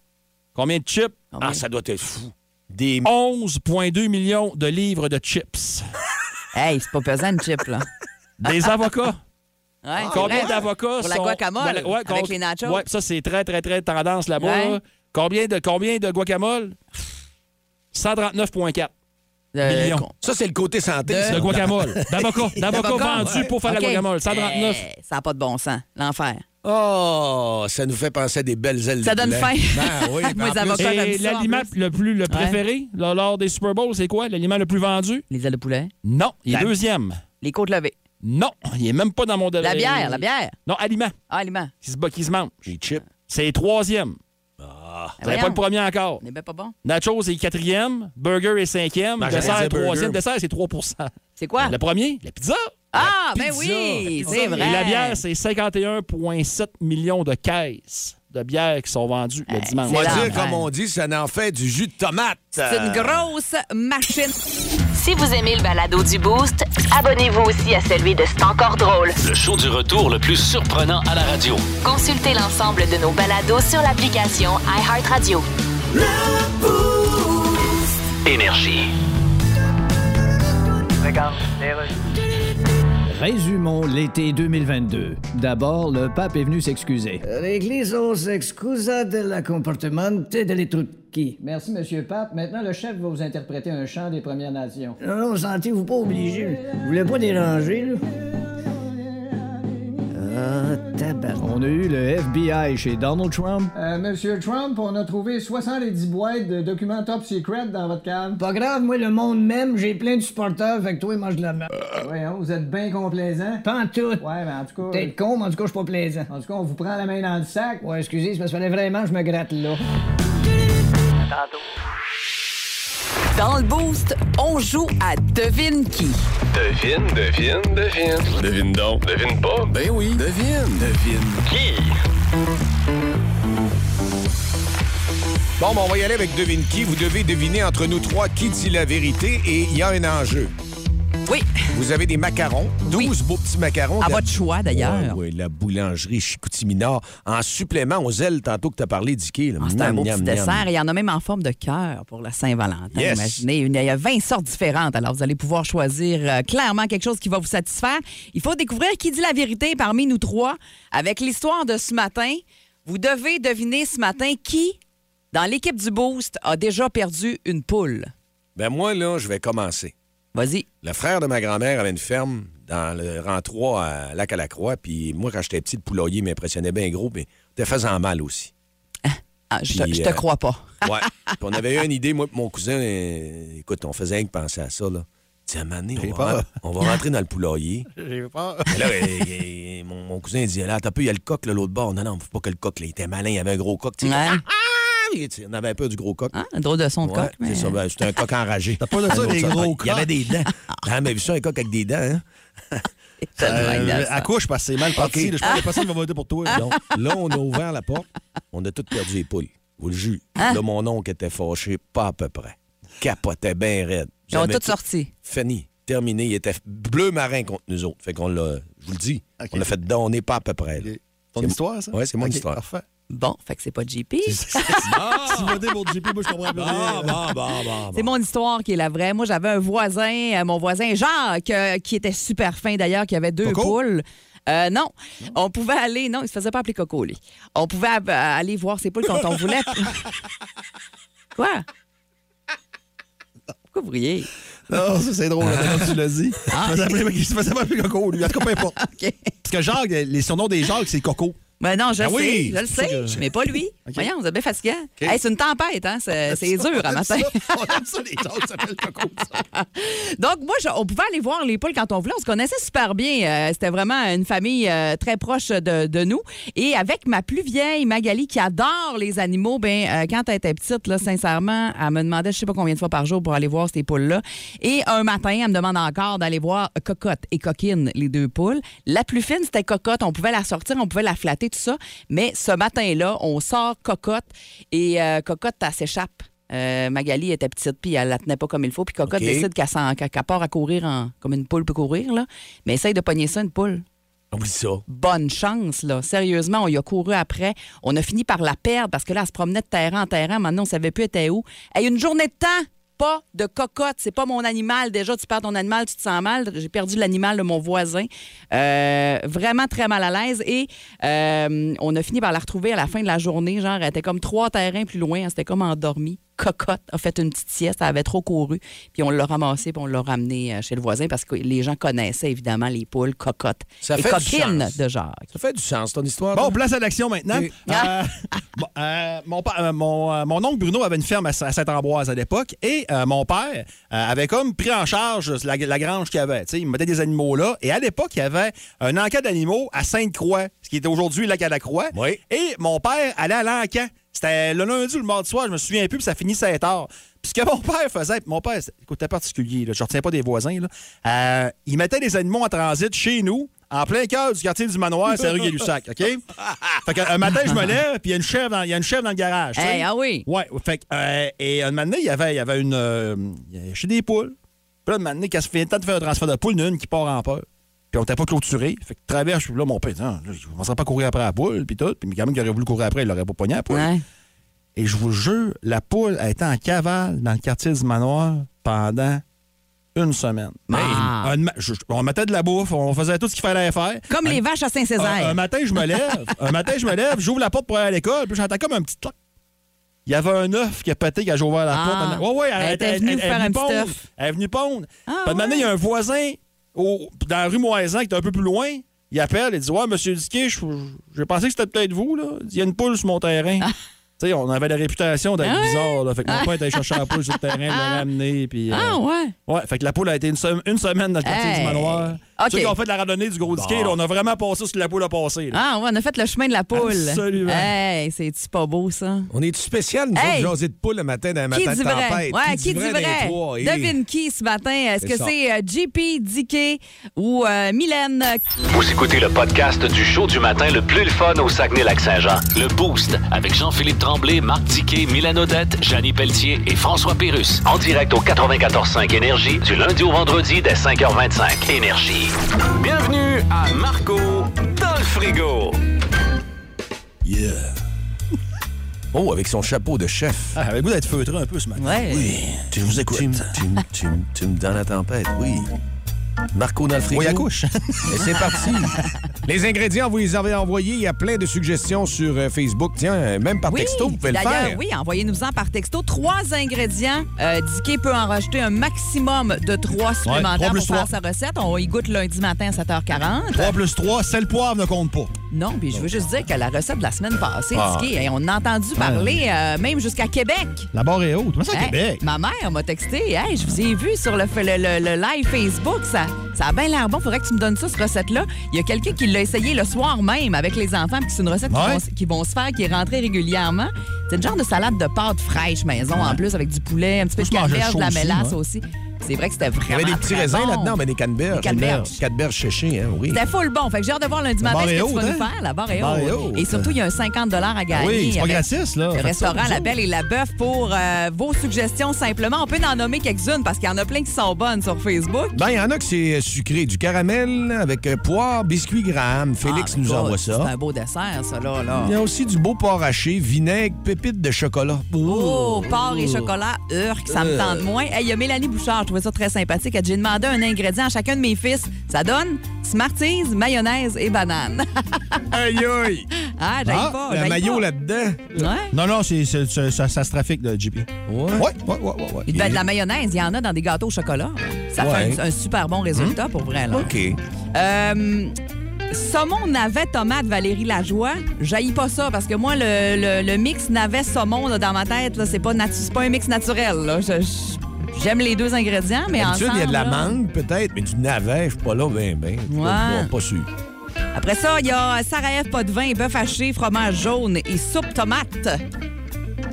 Speaker 5: Combien de chips?
Speaker 3: Ah, ça doit être fou. Des
Speaker 5: 11,2 millions de livres de chips.
Speaker 4: Hey, c'est pas pesant une chip, (laughs) là.
Speaker 3: (laughs)
Speaker 5: Des avocats.
Speaker 4: Ah, Ouais, c'est
Speaker 5: Combien
Speaker 4: vrai.
Speaker 5: d'avocats
Speaker 4: Pour la
Speaker 5: sont-
Speaker 4: guacamole,
Speaker 5: dans la- ouais,
Speaker 4: avec
Speaker 5: con-
Speaker 4: les nachos.
Speaker 5: ouais, ça, c'est très, très, très tendance là-bas.
Speaker 4: Ouais.
Speaker 5: là. Combien de, combien de guacamole? 139,4.
Speaker 4: Euh,
Speaker 5: millions.
Speaker 4: con-
Speaker 3: Ça, c'est le côté santé. ça.
Speaker 5: De
Speaker 4: (laughs)
Speaker 5: guacamole. D'avocat. D'avocat
Speaker 4: D'avocat,
Speaker 5: vendu pour faire
Speaker 4: OK.
Speaker 5: la guacamole. 139.
Speaker 4: Eh, ça n'a pas de bon sens. L'enfer.
Speaker 3: (laughs) Oh, ça nous fait penser à des belles ailes
Speaker 4: Ça
Speaker 3: de
Speaker 4: donne
Speaker 3: poulet.
Speaker 4: faim.
Speaker 3: Ben (laughs) oui, puis en
Speaker 4: Moi, les
Speaker 3: plus,
Speaker 4: avocats, j'aime
Speaker 5: Et
Speaker 4: ça, en
Speaker 5: l'aliment
Speaker 4: plus.
Speaker 5: le plus le préféré là, lors des Super Bowls, c'est quoi? L'aliment le plus vendu?
Speaker 4: Les ailes de poulet,
Speaker 5: Non. Il est
Speaker 4: La-
Speaker 5: deuxième.
Speaker 4: les côtes levées,
Speaker 5: Non. Il est même pas dans mon
Speaker 4: la bière, la bière.
Speaker 5: Non, aliment.
Speaker 4: Ah, aliment.
Speaker 5: Qui se, qui se mange.
Speaker 3: Des chips.
Speaker 5: C'est troisième.
Speaker 4: Ah,
Speaker 5: C'est
Speaker 4: voyons.
Speaker 5: pas le premier encore.
Speaker 4: On est bien pas bon.
Speaker 5: Nachos est quatrième. Burger est cinquième.
Speaker 3: Ben, j'allais
Speaker 5: dessert est
Speaker 3: dire burger.
Speaker 5: troisième. Dessert, c'est 3 Le
Speaker 4: C'est quoi?
Speaker 5: premier, la pizza.
Speaker 4: ah,
Speaker 5: La
Speaker 4: ben
Speaker 5: pizza.
Speaker 4: oui,
Speaker 5: La pizza.
Speaker 4: c'est vrai.
Speaker 5: Et la bière, c'est 51,7 millions de caisses de bières qui sont vendues le
Speaker 4: Hey,
Speaker 5: dimanche.
Speaker 4: c'est
Speaker 3: On va
Speaker 4: là.
Speaker 3: dire,
Speaker 4: Ouais.
Speaker 3: comme on dit, ça n'en fait du jus de tomate.
Speaker 4: C'est une grosse machine.
Speaker 1: Si vous aimez le balado du Boost, abonnez-vous aussi à celui de C'est encore drôle.
Speaker 2: Le show du retour le plus surprenant à la radio.
Speaker 1: Consultez l'ensemble de nos balados sur l'application iHeartRadio.
Speaker 2: Énergie.
Speaker 9: Résumons l'été 2022. D'abord, le pape est venu s'excuser.
Speaker 10: L'Église s'excusa de la comportement de l'étruquie. Merci, Monsieur Pape. Maintenant, le chef va vous interpréter un chant des Premières Nations. Non, non, sentez-vous pas obligé. Vous voulez pas déranger, là? Ah, tabac.
Speaker 9: On a eu le FBI chez Donald Trump.
Speaker 10: Euh, Monsieur Trump, on a trouvé 70 boîtes de documents top secret dans votre cave. Pas grave, moi, le monde même, j'ai plein de supporters, fait que toi, mange de la merde. Euh, Voyons, vous êtes bien complaisant. Pas en tout. Ouais, mais en tout cas. T'es con, mais en tout cas, je suis pas plaisant. En tout cas, on vous prend la main dans le sac. Ouais, excusez, c'est parce qu'il fallait vraiment que je me gratte là.
Speaker 11: Dans le boost, on joue à devine qui.
Speaker 2: Devine, devine, devine. Devine donc. Devine pas. Ben oui. Devine. Devine. Qui?
Speaker 3: Bon, ben, on va y aller avec Devine qui. Vous devez deviner entre nous trois qui dit la vérité et il y a un enjeu.
Speaker 4: Oui,
Speaker 3: Vous avez des macarons, 12 beaux petits macarons.
Speaker 4: à
Speaker 3: de la- Oh,
Speaker 4: votre choix d'ailleurs.
Speaker 3: Ouais, ouais, la boulangerie Chicoutimi-Nord. En supplément aux ailes, tantôt que tu as parlé d'Iké. là.
Speaker 4: Ah, c'est un
Speaker 3: Miam,
Speaker 4: beau
Speaker 3: miam,
Speaker 4: petit
Speaker 3: miam.
Speaker 4: dessert. Et il y en a même en forme de cœur pour la Saint-Valentin.
Speaker 3: Yes.
Speaker 4: Imaginez, une- il y a 20 sortes différentes. Alors, vous allez pouvoir choisir euh, clairement quelque chose qui va vous satisfaire. Il faut découvrir qui dit la vérité parmi nous trois. Avec l'histoire de ce matin, vous devez deviner ce matin qui, dans l'équipe du Boost, a déjà perdu une poule.
Speaker 3: Ben moi, là, je vais commencer.
Speaker 4: Vas-y.
Speaker 3: Le frère de ma grand-mère avait une ferme dans le rang 3 à Lac-à-la-Croix. Puis moi, quand j'étais petit, le poulailler m'impressionnait bien gros, mais t'es faisant mal aussi.
Speaker 4: Ah, je,
Speaker 3: Puis,
Speaker 4: te, je te
Speaker 3: euh,
Speaker 4: crois pas. (laughs)
Speaker 3: Ouais. Puis on avait eu une idée, moi et mon cousin. euh, écoute, on faisait rien que penser à ça, là. Tu Tiens, mané,
Speaker 5: J'ai
Speaker 3: on, va
Speaker 5: peur.
Speaker 3: ren- on va rentrer dans le poulailler.
Speaker 5: J'ai pas.
Speaker 3: Et là, eh, eh, mon, mon cousin dit là, t'as peu, il y a le coq, là, l'autre bord. Non, non, faut pas que le coq, là, il était malin, il y avait un gros coq. tu sais. Ah, ah, il- tu sais, on avait peur du gros coq.
Speaker 4: un drôle de son de
Speaker 3: Ouais,
Speaker 4: Ah, coq. mais-
Speaker 3: C'est
Speaker 4: (laughs)
Speaker 3: ça, ben, c'était un coq enragé. T'as
Speaker 5: pas de ça, des gros
Speaker 3: Il y avait
Speaker 5: coqs.
Speaker 3: des dents. Ah, mais vu ça, un coq avec des dents, hein?
Speaker 5: Euh, accouche parce que c'est mal parti.
Speaker 3: Ok.
Speaker 5: là. Je pense que personne va voter pour toi. là.
Speaker 4: Ah.
Speaker 3: Donc, là, on a ouvert la porte. On a tout perdu les poules. Je Vous le jure.
Speaker 4: Ah.
Speaker 3: Là, mon oncle était fâché, pas à peu près. Capotait bien raide.
Speaker 4: Ils ont
Speaker 3: J'avais
Speaker 4: tout
Speaker 3: tout-
Speaker 4: sorti.
Speaker 3: Fini. Terminé. Il était bleu marin contre nous autres. Fait qu'on l'a. Je vous le dis. On l'a fait donner pas à peu près. là.
Speaker 5: Ton
Speaker 3: C'est-
Speaker 5: histoire, ça?
Speaker 3: Ouais, c'est mon
Speaker 5: Ok,
Speaker 3: histoire.
Speaker 5: Parfait.
Speaker 4: Bon, fait que c'est pas JP.
Speaker 5: Si vous votez pour JP, moi, je comprends plus rien.
Speaker 4: C'est mon histoire qui est la vraie. Moi, j'avais un voisin, euh, mon voisin Jacques, euh, qui était super fin d'ailleurs, qui avait deux
Speaker 5: Coco?
Speaker 4: poules. Euh, non. on pouvait aller. Non, il se faisait pas appeler Coco, lui. On pouvait ab- aller voir ses poules quand on
Speaker 5: (laughs)
Speaker 4: voulait. Quoi? Pourquoi vous riez?
Speaker 5: Non, Ah, ça, c'est drôle. quand tu l'as dit. Je faisais appeler- Il se faisait pas appeler Coco, lui. En tout cas, peu importe.
Speaker 4: Ah. (laughs) OK.
Speaker 5: Parce que Jacques, les surnoms des Jacques, c'est Coco.
Speaker 4: Ben non, je
Speaker 5: Ah
Speaker 4: le
Speaker 5: oui,
Speaker 4: sais, je le
Speaker 5: c'est pour ça
Speaker 4: sais,
Speaker 5: que-
Speaker 4: mais pas lui. Voyons, vous êtes bien fatiguant. Hey, c'est une tempête, hein?
Speaker 5: (laughs)
Speaker 4: C'est c'est
Speaker 5: ça,
Speaker 4: dur
Speaker 5: on
Speaker 4: à
Speaker 5: aime
Speaker 4: matin.
Speaker 5: ça. On aime ça, les Jacques s'appellent Coco.
Speaker 4: Donc, moi, je- on pouvait aller voir les poules quand on voulait. On se connaissait super bien. Euh, C'était vraiment une famille euh, très proche de, de nous. Et avec ma plus vieille, Magali, qui adore les animaux, ben, euh, quand elle était petite, là, sincèrement, elle me demandait je sais pas combien de fois par jour pour aller voir ces poules-là. Et un matin, elle me demande encore d'aller voir Cocotte et Coquine, les deux poules. La plus fine, c'était Cocotte. On pouvait la sortir, on pouvait la flatter, tout ça. Mais ce matin-là, on sort Cocotte et euh, Cocotte, elle s'échappe. Euh, Magali était petite, puis elle la tenait pas comme il faut. Puis Cocotte
Speaker 3: OK.
Speaker 4: décide qu'elle s'en- qu'elle- qu'elle part à courir en- comme une poule peut courir, là. Mais essaye de pogner ça, une poule.
Speaker 3: Oublie ça.
Speaker 4: Bonne chance, là. Sérieusement, on y a couru après. On a fini par la perdre parce que là, elle se promenait de terrain en terrain. Maintenant, on savait plus elle était où. Hey, une journée de temps, pas de cocotte. C'est pas mon animal. Déjà, tu perds ton animal, tu te sens mal. J'ai perdu l'animal de mon voisin. Euh, vraiment très mal à l'aise. Et euh, on a fini par la retrouver à la fin de la journée. Genre, elle était comme trois terrains plus loin. Elle s'était comme endormie. Cocotte a fait une petite sieste, elle avait trop couru, puis on l'a ramassée, puis on l'a ramenée euh, chez le voisin parce que les gens connaissaient évidemment les poules, cocotte
Speaker 3: Ça
Speaker 4: et
Speaker 3: fait du
Speaker 4: coquine
Speaker 3: sens.
Speaker 4: de Jacques.
Speaker 3: Ça fait du sens, ton histoire.
Speaker 5: Bon,
Speaker 3: là.
Speaker 5: place à l'action maintenant.
Speaker 3: Et-
Speaker 5: Euh, (laughs) bon, euh, mon, pa- euh, mon, euh, mon oncle Bruno avait une ferme à Sa- à Saint-Ambroise à l'époque et euh, mon père euh, avait comme pris en charge la, la grange qu'il avait. Tu sais, il mettait des animaux là et à l'époque, il y avait un encas d'animaux à Sainte-Croix, ce qui était aujourd'hui lac à la Croix.
Speaker 3: Oui.
Speaker 5: Et mon père allait à l'encan. C'était le lundi ou le mardi soir, je me souviens plus, puis ça finissait tard. Puis ce que mon (laughs) père faisait, puis mon père, c'est- écoute, c'était particulier, là, je ne retiens pas des voisins, là. Euh, il mettait des animaux en transit chez nous, en plein cœur du quartier du manoir, c'est rue Gay-Lussac, OK? Fait que, un matin, je me lève, puis il y a une chèvre dans, il y a une chèvre dans le garage. tu sais.
Speaker 4: Hey, ah oui.
Speaker 5: Ouais, fait que, euh, et un moment donné, il y avait, il y avait une. euh, il y avait chez des poules. Puis là, un moment donné, quand ça fait le temps de faire un transfert de poule, il y en a une qui part en peur. Puis on n'était pas clôturé. Fait que traverse, je suis là, mon père, Attends, là, je ne commencerai pas à courir après la poule, puis tout. Puis quand même, qu'il aurait voulu courir après, il l'aurait pas pogné la poule.
Speaker 4: Ouais.
Speaker 5: Et je vous jure, la poule a été en cavale dans le quartier du manoir pendant une semaine.
Speaker 4: Ah.
Speaker 5: Hey, un ma- je- je- on mettait de la bouffe, on faisait tout ce qu'il fallait faire.
Speaker 4: Comme
Speaker 5: Un-
Speaker 4: les vaches à Saint-Césaire.
Speaker 3: Ah,
Speaker 5: un, un matin, je me
Speaker 4: (laughs)
Speaker 5: lève. un matin, je me lève, j'ouvre la porte pour aller à l'école, puis j'entends comme un petit clac. Il y avait un œuf qui a pété quand j'ai ouvert la
Speaker 4: Ah.
Speaker 5: porte. Ouais, ouais,
Speaker 4: Elle était venue vous faire un petit
Speaker 5: pondre.
Speaker 4: œuf.
Speaker 5: Elle est venue pondre.
Speaker 4: Ah,
Speaker 5: Puis à un moment donné, il y a un voisin au- dans la rue Moisan qui était un peu plus loin. Il appelle, il dit Ouais, monsieur Diquet, je- j'ai pensé que c'était peut-être vous. là. Il dit, Il y a une poule sur mon
Speaker 4: (laughs)
Speaker 5: terrain. Tu sais, on avait la réputation d'être
Speaker 4: Ah
Speaker 5: bizarre. Là. Fait que mon père était chercher la poule sur le terrain, il
Speaker 4: (laughs)
Speaker 5: l'a ramenée. puis, euh,
Speaker 4: Ah ouais.
Speaker 5: Ouais, fait que la poule a été une, sem- une semaine dans le quartier
Speaker 4: Hey.
Speaker 5: du manoir.
Speaker 4: OK.
Speaker 5: Ceux qui ont fait de la randonnée du gros diquet, là, on a vraiment passé ce que la poule a passé. là.
Speaker 4: Ah ouais, on a fait le chemin de la poule.
Speaker 5: Absolument.
Speaker 4: Hey, c'est-tu pas beau, ça?
Speaker 3: On est-tu spécial, nous
Speaker 4: Hey!
Speaker 3: autres, jaser de poule le matin dans un
Speaker 4: Qui
Speaker 3: matin
Speaker 4: dit
Speaker 3: de
Speaker 4: vrai?
Speaker 3: tempête?
Speaker 4: Ouais, qui, dit
Speaker 3: dans les
Speaker 4: vrai?
Speaker 3: trois? Et-
Speaker 4: Devine qui ce matin? Est-ce
Speaker 3: C'est
Speaker 4: que
Speaker 3: ça.
Speaker 4: c'est euh, JP, Dicky ou euh, Mylène?
Speaker 2: Vous écoutez le podcast du show du matin le plus le fun au Saguenay-Lac-Saint-Jean. Le Boost avec Jean-Philippe Tremblay, Marc Diquet, Milan Odette, Janine Pelletier et François Pérus. En direct au 94.5 Énergie du lundi au vendredi dès 5h25. Énergie. Bienvenue à Marco dans le frigo.
Speaker 3: Yeah. Oh, avec son chapeau de chef.
Speaker 5: Ah, Avez-vous d'être feutré un peu ce matin?
Speaker 4: Ouais.
Speaker 3: Tu vous écoutes. Tu me dans la tempête, oui. Marco dans le frigo.
Speaker 5: Oui, à couche.
Speaker 3: Et c'est parti. Les ingrédients, vous les avez envoyés. Il y a plein de suggestions sur euh, Facebook. Tiens, euh, même par
Speaker 4: Oui,
Speaker 3: texto, vous pouvez le
Speaker 4: d'ailleurs,
Speaker 3: faire.
Speaker 4: oui, envoyez-nous-en par texto. Trois ingrédients. Euh, Dicky peut en rajouter un maximum de trois supplémentaires
Speaker 5: trois plus
Speaker 4: pour faire
Speaker 5: trois.
Speaker 4: sa recette. On y goûte lundi matin à 7h40.
Speaker 5: 3 plus 3, sel poivre ne compte pas.
Speaker 4: Non, puis je veux juste dire que la recette de la semaine passée,
Speaker 5: Ah.
Speaker 4: Tiki, hey, on a entendu
Speaker 3: Ah.
Speaker 4: parler euh, même jusqu'à Québec.
Speaker 5: La barre est haute. Comment ça,
Speaker 4: Hey,
Speaker 5: Québec?
Speaker 4: Ma mère m'a texté. Hey, je vous ai vu sur le, le- le- le live Facebook. Ça, ça a bien l'air bon. Faudrait que tu me donnes ça, cette recette-là. Il y a quelqu'un qui l'a essayé le soir même avec les enfants. puis c'est une recette qu'ils
Speaker 5: Ouais.
Speaker 4: vont, qu'ils vont se faire, qui est rentrée régulièrement. C'est une genre de salade de pâtes fraîche maison en plus avec du poulet, un petit peu de
Speaker 3: Moi, je mangeais
Speaker 4: canneberge, de la
Speaker 3: ça aussi,
Speaker 4: mélasse
Speaker 3: moi.
Speaker 4: aussi. C'est vrai que c'était
Speaker 3: Il y
Speaker 4: vraiment.
Speaker 3: avait des petits
Speaker 4: très
Speaker 3: raisins
Speaker 4: bon.
Speaker 3: là-dedans, mais des canneberges.
Speaker 4: Des canneberges.
Speaker 3: Canneberges séchées, hein, oui.
Speaker 4: C'était full bon. Fait que j'ai hâte de voir lundi
Speaker 3: La
Speaker 4: matin
Speaker 3: barre
Speaker 4: ce que
Speaker 3: est
Speaker 4: tu vas
Speaker 3: haute,
Speaker 4: nous
Speaker 3: hein?
Speaker 4: faire. La barre est
Speaker 3: La barre est
Speaker 4: haute.
Speaker 3: haute.
Speaker 4: Et surtout, il y a un 50 à gagner.
Speaker 5: oui, c'est pas
Speaker 4: avec
Speaker 5: gratis, là.
Speaker 4: Le
Speaker 5: Faites ça,
Speaker 4: restaurant
Speaker 5: vous
Speaker 4: La
Speaker 5: autres.
Speaker 4: Belle et la Bœuf pour euh, vos suggestions simplement. On peut en nommer quelques-unes parce qu'il y en a plein qui sont bonnes sur Facebook.
Speaker 3: Ben, il y en a que c'est sucré. Du caramel avec euh, poire, biscuit graham. Félix
Speaker 4: Ah, my
Speaker 3: nous
Speaker 4: God,
Speaker 3: envoie
Speaker 4: C'est
Speaker 3: ça.
Speaker 4: un beau dessert, ça, là. là.
Speaker 3: Il y a aussi du beau porc haché, vinaigre, pépites de chocolat.
Speaker 4: Oh, porc et chocolat, urk, ça me
Speaker 3: Euh.
Speaker 4: tente moins. Hey, Il y a Mélanie Bouchard, je trouvais ça très sympathique. Elle dit, J'ai demandé un ingrédient à chacun de mes fils. Ça donne Smarties, mayonnaise et banane. (laughs)
Speaker 3: aïe, aïe.
Speaker 4: Ah, j'aille
Speaker 5: Ah,
Speaker 4: pas.
Speaker 5: le
Speaker 4: j'aille
Speaker 5: maillot
Speaker 4: pas.
Speaker 3: là-dedans.
Speaker 4: Ouais.
Speaker 5: Non, non, c'est, c'est- c'est- ça, ça se trafique, le JP.
Speaker 3: Ouais, ouais, ouais, ouais. ouais.
Speaker 4: Il doit être de la mayonnaise, il y en a dans des gâteaux au chocolat. Ça fait
Speaker 3: Ouais. Hum.
Speaker 4: un, un super bon résultat pour vrai. Là.
Speaker 3: OK.
Speaker 4: Euh, saumon, navet, tomate, Valérie Lajoie. J'haïs pas ça parce que moi, le, le- le mix navet, saumon, là, dans ma tête, là, c'est pas, natu- c'est pas un mix naturel. là. Je- je- J'aime les deux ingrédients, mais
Speaker 3: D'habitude,
Speaker 4: ensemble...
Speaker 3: il y a de la
Speaker 4: là-
Speaker 3: mangue, peut-être, mais du navet, je suis pas là, ben, ben. Je suis Pas,
Speaker 4: Ouais.
Speaker 3: pas sûr.
Speaker 4: Après ça, il y a Sarajev, pas de vin, bœuf haché, fromage jaune et soupe tomate.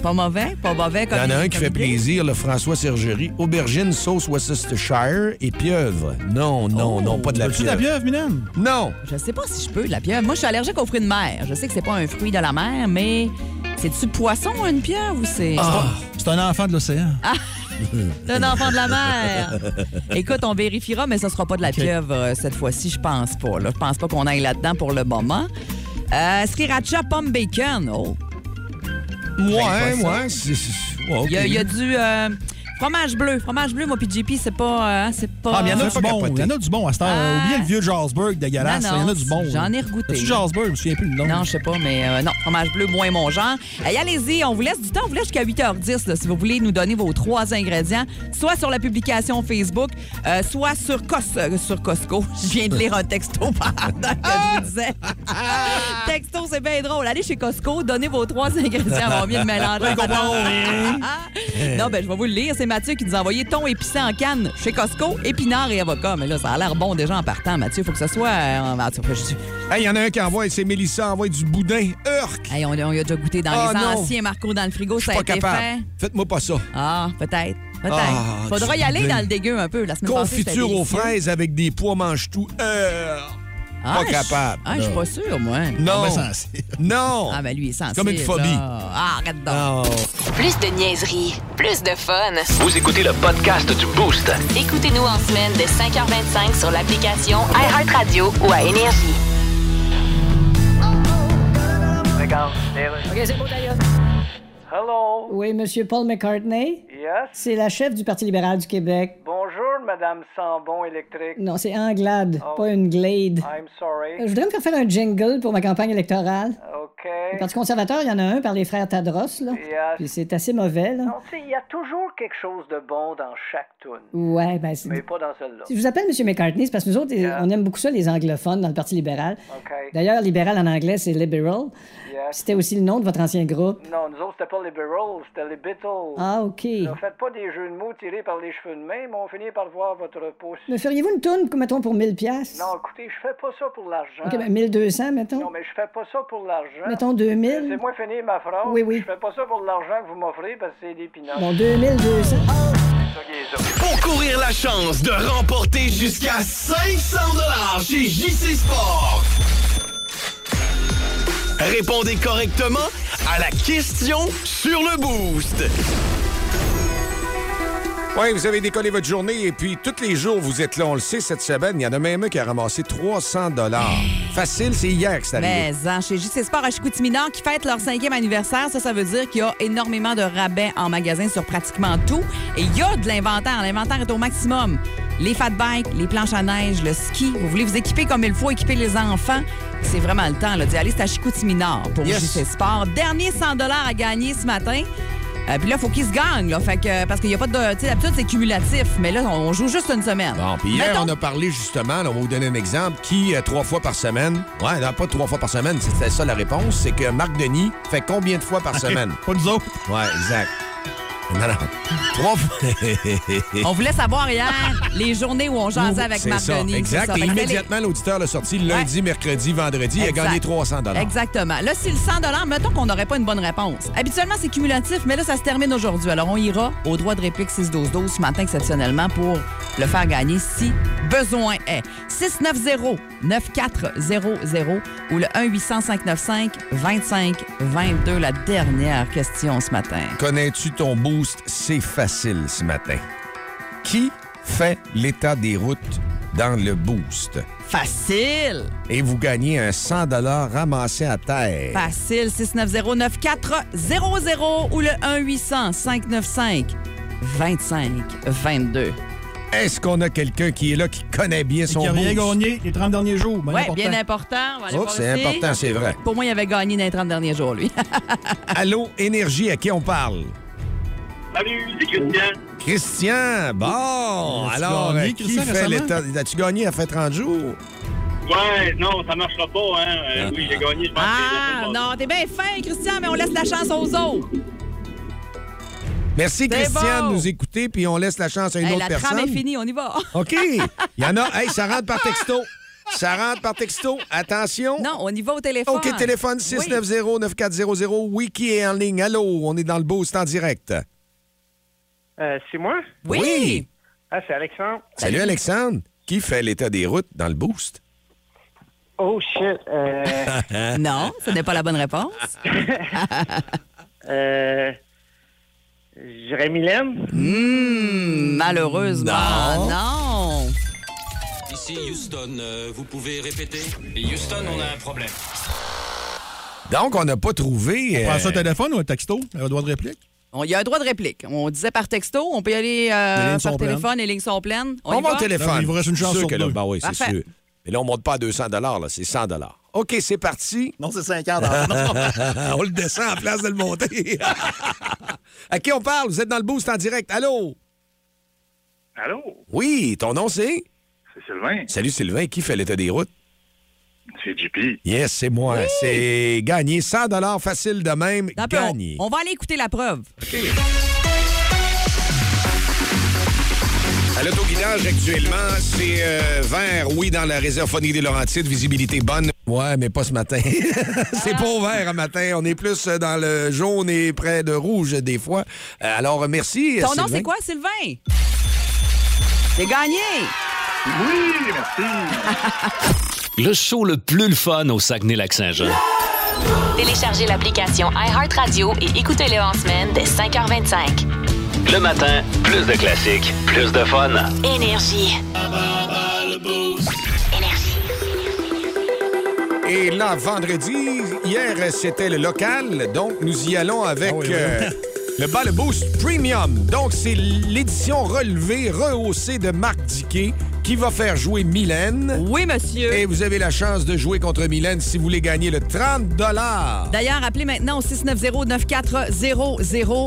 Speaker 4: Pas mauvais, pas mauvais.
Speaker 3: Il
Speaker 4: Comme
Speaker 3: y en a un qui
Speaker 4: comme
Speaker 3: fait
Speaker 4: idée.
Speaker 3: plaisir, le François Sergerie. Aubergine, sauce Worcestershire et pieuvre. Non, non, non, pas de la
Speaker 5: Oh, Veux-tu de la
Speaker 3: pieuvre.
Speaker 5: pieuvre, Mylène?
Speaker 3: Non!
Speaker 4: Je sais pas si je peux, de la pieuvre. Moi, je suis allergique aux fruits de mer. Je sais que c'est pas un fruit de la mer, mais c'est-tu poisson, une pieuvre, ou c'est
Speaker 5: Ah. C'est un enfant de l'océan.
Speaker 4: C'est un enfant de
Speaker 5: (laughs)
Speaker 4: la mer? Écoute, on vérifiera, mais ce sera pas de la pieuvre euh, cette fois-ci, je pense pas. là. Je pense pas qu'on aille là-dedans pour le moment. Euh, sriracha, pomme bacon. Oh,
Speaker 3: Moi,
Speaker 4: pas
Speaker 3: hein,
Speaker 4: ça.
Speaker 3: moi, c'est. c'est- ouais, ok.
Speaker 4: Il y a, il y a
Speaker 5: Mm.
Speaker 4: du euh, fromage bleu. Fromage bleu, moi, puis JP, c'est pas. euh, c'est pas
Speaker 5: Ah, mais il y en a
Speaker 3: Fais
Speaker 5: du
Speaker 3: pas
Speaker 5: bon. Il
Speaker 3: capoter.
Speaker 5: y en a du bon à cette heure.
Speaker 4: Ah.
Speaker 5: Oubliez le vieux Jarlsberg dégueulasse.
Speaker 4: Non,
Speaker 5: Il y en
Speaker 4: non,
Speaker 5: a du bon.
Speaker 4: j'en ai regoûté.
Speaker 5: As-tu Jarlsberg? Je me souviens plus le nom.
Speaker 4: Non, je sais pas, mais euh, non, fromage bleu, moins mon genre. Hey, Allez-y, on vous laisse du temps. On vous laisse jusqu'à 8h10 là, si vous voulez nous donner vos trois ingrédients, soit sur la publication Facebook, euh, soit sur, Cos- euh, sur Costco. (laughs) Je viens de lire un texto pendant que je vous disais. texto, c'est bien drôle. Allez chez Costco, donnez vos trois ingrédients. On va bien le mélanger. (laughs) non, ben je vais vous le lire. C'est Mathieu qui nous a envoyé thon épicé en canne chez Costco, épinards et avocats. Mais là, ça a l'air bon déjà en partant, Mathieu. faut que ce soit... euh, en- en tout cas, je-
Speaker 3: Hey, il y en a un qui envoie, c'est Mélissa, envoie du boudin. Urk!
Speaker 4: Hey, on, on y a déjà goûté dans
Speaker 3: Ah,
Speaker 4: les
Speaker 3: non.
Speaker 4: anciens Marco dans le frigo,
Speaker 3: Je suis
Speaker 4: ça a
Speaker 3: pas
Speaker 4: été fait.
Speaker 3: capable. Faites-moi pas ça.
Speaker 4: Ah, peut-être. Peut-être.
Speaker 3: Ah,
Speaker 4: Faudra
Speaker 3: du
Speaker 4: y aller
Speaker 3: blé.
Speaker 4: dans le dégueu un peu la semaine passée, c'était
Speaker 3: Confiture aux
Speaker 4: délicieux.
Speaker 3: fraises avec des pois mange-tout.
Speaker 5: Euh,
Speaker 3: Urk!
Speaker 4: Ah,
Speaker 3: Pas
Speaker 4: je-
Speaker 3: capable.
Speaker 4: Ah, je suis pas sûr, moi.
Speaker 3: Non!
Speaker 5: mais ça, c'est-
Speaker 3: Non!
Speaker 4: Ah, ben lui, il est sensible.
Speaker 3: ben, Comme une phobie.
Speaker 4: là. Ah, arrête donc.
Speaker 3: Non!
Speaker 1: Plus de niaiserie, plus de fun.
Speaker 2: Vous écoutez le podcast du Boost.
Speaker 1: Écoutez-nous en semaine de 5h25 sur l'application iHeartRadio ou à Énergie.
Speaker 12: Hello.
Speaker 10: Oui, Monsieur Paul McCartney,
Speaker 12: Yes.
Speaker 10: c'est la chef du Parti libéral du Québec.
Speaker 12: Bonjour, Madame Sambon électrique.
Speaker 10: Non, c'est Anglade,
Speaker 12: Oh.
Speaker 10: pas une glade.
Speaker 12: I'm
Speaker 10: Euh, Je
Speaker 12: sorry.
Speaker 10: voudrais me faire faire un jingle pour ma campagne électorale.
Speaker 12: OK.
Speaker 10: Le Parti conservateur, il y en a un par les frères Tadros, là.
Speaker 12: Yes.
Speaker 10: Puis c'est assez mauvais, là.
Speaker 12: Non, tu sais, il y a toujours quelque chose de bon dans chaque tune,
Speaker 10: Ouais, ben c'est...
Speaker 12: mais pas dans celle-là.
Speaker 10: Si je vous appelle M. McCartney, c'est parce que nous autres,
Speaker 12: Yeah.
Speaker 10: on aime beaucoup ça, les anglophones, dans le Parti libéral.
Speaker 12: OK.
Speaker 10: D'ailleurs, libéral en anglais, c'est liberal.
Speaker 12: Yes.
Speaker 10: C'était aussi le nom de votre ancien groupe.
Speaker 12: Non, nous autres, c'était pas les Beatles, c'était les Beatles.
Speaker 10: Ah, OK.
Speaker 12: Ne faites pas des jeux de mots tirés par les cheveux de main, mais on finit par voir votre pouce.
Speaker 10: Me feriez-vous une tourne, mettons, pour 1000 pièces
Speaker 12: Non, écoutez, je fais pas ça pour l'argent.
Speaker 10: OK, ben 1200, mettons.
Speaker 12: Non, mais je fais pas ça pour l'argent.
Speaker 10: Mettons 2000.
Speaker 12: Euh, C'est moi finir ma phrase.
Speaker 10: Oui, oui.
Speaker 12: Je fais pas ça pour l'argent que vous m'offrez parce que c'est des pinottes.
Speaker 10: Bon, 2200.
Speaker 13: Pour courir la chance de remporter jusqu'à 500 chez JC Sport. Répondez correctement à la question sur le boost.
Speaker 3: Oui, vous avez décollé votre journée et puis tous les jours, vous êtes là. On le sait, cette semaine, il y en a même un qui a ramassé 300 Facile, c'est hier que c'est arrivé.
Speaker 4: Mais hein, chez JC Sport à Chicoutimi-Nord qui fête leur cinquième anniversaire, ça, ça veut dire qu'il y a énormément de rabais en magasin sur pratiquement tout. Et il y a de l'inventaire. L'inventaire est au maximum. Les fat bikes, les planches à neige, le ski. Vous voulez vous équiper comme il faut, équiper les enfants. C'est vraiment le temps là, d'y aller. C'est à Chicoutimi-Nord pour
Speaker 3: Yes.
Speaker 4: JC Sport. Dernier 100 à gagner ce matin. Euh, puis là, il faut qu'ils se gagnent. là. Fait que, euh, parce qu'il n'y a pas de. Tu sais, d'habitude, c'est cumulatif. Mais là, on joue juste une semaine.
Speaker 3: Bon, puis hier,
Speaker 4: Mettons-
Speaker 3: on a parlé justement, là, on va vous donner un exemple, qui, euh, trois fois par semaine, ouais, non, pas trois fois par semaine, c'était ça la réponse, c'est que Marc Denis fait combien de fois par semaine? Pas nous autres. Ouais, exact. Non, non. Trois fois.
Speaker 4: On voulait
Speaker 3: (laughs)
Speaker 4: savoir hier les journées où on jasait avec
Speaker 3: C'est
Speaker 4: Marc
Speaker 3: ça,
Speaker 4: Denis. C'est
Speaker 3: Exact.
Speaker 4: ça.
Speaker 3: Et
Speaker 4: Fait que là, les-
Speaker 3: immédiatement, l'auditeur l'a sorti lundi, mercredi, vendredi. Il a
Speaker 4: Exact.
Speaker 3: gagné 300
Speaker 4: Exactement. Là, si le 100 mettons qu'on n'aurait pas une bonne réponse. Habituellement, c'est cumulatif, mais là, ça se termine aujourd'hui. Alors, on ira au droit de réplique 6-12-12 ce matin exceptionnellement pour le faire gagner si besoin est. 690-9400 ou le 1-800-595-2522, la dernière question ce matin.
Speaker 3: Connais-tu ton boost? C'est facile ce matin. Qui fait l'état des routes dans le boost?
Speaker 4: Facile!
Speaker 3: Et vous gagnez un 100 ramassé à terre.
Speaker 4: Facile, 690-9400 ou le 1-800-595-2522.
Speaker 3: Est-ce qu'on a quelqu'un qui est là, qui connaît bien son
Speaker 5: qui a rien
Speaker 3: boost?
Speaker 5: gagné les 30 derniers jours. Ben,
Speaker 4: Oui, bien important. On va aller
Speaker 3: Oh,
Speaker 4: voir
Speaker 3: c'est
Speaker 4: ici.
Speaker 3: important, c'est vrai.
Speaker 4: Pour moi, il avait gagné dans les 30 derniers jours, lui.
Speaker 3: Allô, Énergie, à qui on parle?
Speaker 8: Salut, c'est Christian.
Speaker 3: Christian, bon,
Speaker 8: As-tu
Speaker 3: alors,
Speaker 8: gagné,
Speaker 3: euh, qui
Speaker 8: Christian,
Speaker 3: fait
Speaker 8: récemment?
Speaker 3: l'état... As-tu gagné à fait 30 jours?
Speaker 8: Ouais, non, ça marchera pas, hein. Euh, oui, j'ai gagné, je pense.
Speaker 4: ah, non, t'es bien fin, Christian, mais on laisse la chance aux autres.
Speaker 3: Merci,
Speaker 4: C'est
Speaker 3: Christian,
Speaker 4: bon.
Speaker 3: de nous écouter, puis on laisse la chance à une
Speaker 4: Hey,
Speaker 3: autre
Speaker 4: la
Speaker 3: personne. Oh.
Speaker 4: trame est finie, on y va.
Speaker 3: OK. Il y en a. Hey, ça rentre par texto. Ça rentre par texto. Attention.
Speaker 4: Non, on y va au téléphone.
Speaker 3: OK, téléphone 690-9400. Oui, qui est en ligne? Allô, on est dans le boost en direct.
Speaker 14: Euh, c'est moi?
Speaker 3: Oui. Oui.
Speaker 14: Ah, c'est Alexandre.
Speaker 3: Salut, Alexandre. Qui fait l'état des routes dans le boost?
Speaker 14: Oh, shit. Euh,
Speaker 4: non, ce n'est pas la bonne réponse.
Speaker 14: euh, J'irais Mylène?
Speaker 4: Hum, malheureusement,
Speaker 14: Non.
Speaker 4: non.
Speaker 15: Ici Houston, euh, vous pouvez répéter Houston, on a un problème.
Speaker 3: Donc, on n'a pas trouvé.
Speaker 5: On prend ça
Speaker 3: euh,
Speaker 5: au téléphone ou un texto? Un droit de réplique?
Speaker 4: On- Il y a un droit de réplique. On disait par texto, on peut y aller euh,
Speaker 5: Les lignes
Speaker 4: par
Speaker 5: sont
Speaker 4: téléphone,
Speaker 5: pleines.
Speaker 4: les lignes sont pleines. On,
Speaker 3: On,
Speaker 4: y
Speaker 3: va
Speaker 4: va?
Speaker 3: au téléphone. Sûr que là, ben oui, c'est
Speaker 4: Parfait.
Speaker 3: sûr. Mais là, on ne monte pas à 200 là, c'est 100 OK, c'est parti.
Speaker 5: Non, c'est 50 (laughs)
Speaker 3: Ah, on le descend en place de le monter. (laughs) à qui on parle? Vous êtes dans le boost en direct. Allô?
Speaker 16: Allô?
Speaker 3: Oui, ton nom, c'est?
Speaker 16: C'est Sylvain.
Speaker 3: Salut, Sylvain. Qui fait l'état des routes?
Speaker 16: C'est JP.
Speaker 3: Yes, c'est moi. C'est gagné 100 facile de même.
Speaker 4: Attends un peu, on-
Speaker 3: Gagné.
Speaker 4: on va aller écouter la preuve.
Speaker 3: À l'autoguidage, actuellement, c'est euh, vert, oui, dans la réserve phonique des Laurentides. Visibilité bonne. Ouais, mais pas ce matin. (laughs) c'est pas vert un matin. On est plus euh, dans le jaune et près de rouge, euh, des fois. Euh, Alors, euh, merci.
Speaker 4: Ton
Speaker 3: euh,
Speaker 4: nom,
Speaker 3: Sylvain.
Speaker 4: c'est quoi, Sylvain? C'est gagné!
Speaker 16: Oui, merci!
Speaker 2: Le show le plus le fun au Saguenay-Lac-Saint-Jean.
Speaker 1: Téléchargez l'application iHeartRadio et écoutez-le en semaine dès 5h25.
Speaker 2: Le matin, plus de classiques, plus de fun.
Speaker 1: Énergie.
Speaker 3: Et là, vendredi, hier, euh, c'était le local. Donc, nous y allons avec
Speaker 5: oui, oui.
Speaker 3: euh, le Bas le Boost Premium. Donc, c'est l'édition relevée, rehaussée de Marc Diquet qui va faire jouer Mylène.
Speaker 4: Oui, monsieur.
Speaker 3: Et vous avez la chance de jouer contre Mylène si vous voulez gagner le 30
Speaker 4: D'ailleurs, appelez maintenant au 690-9400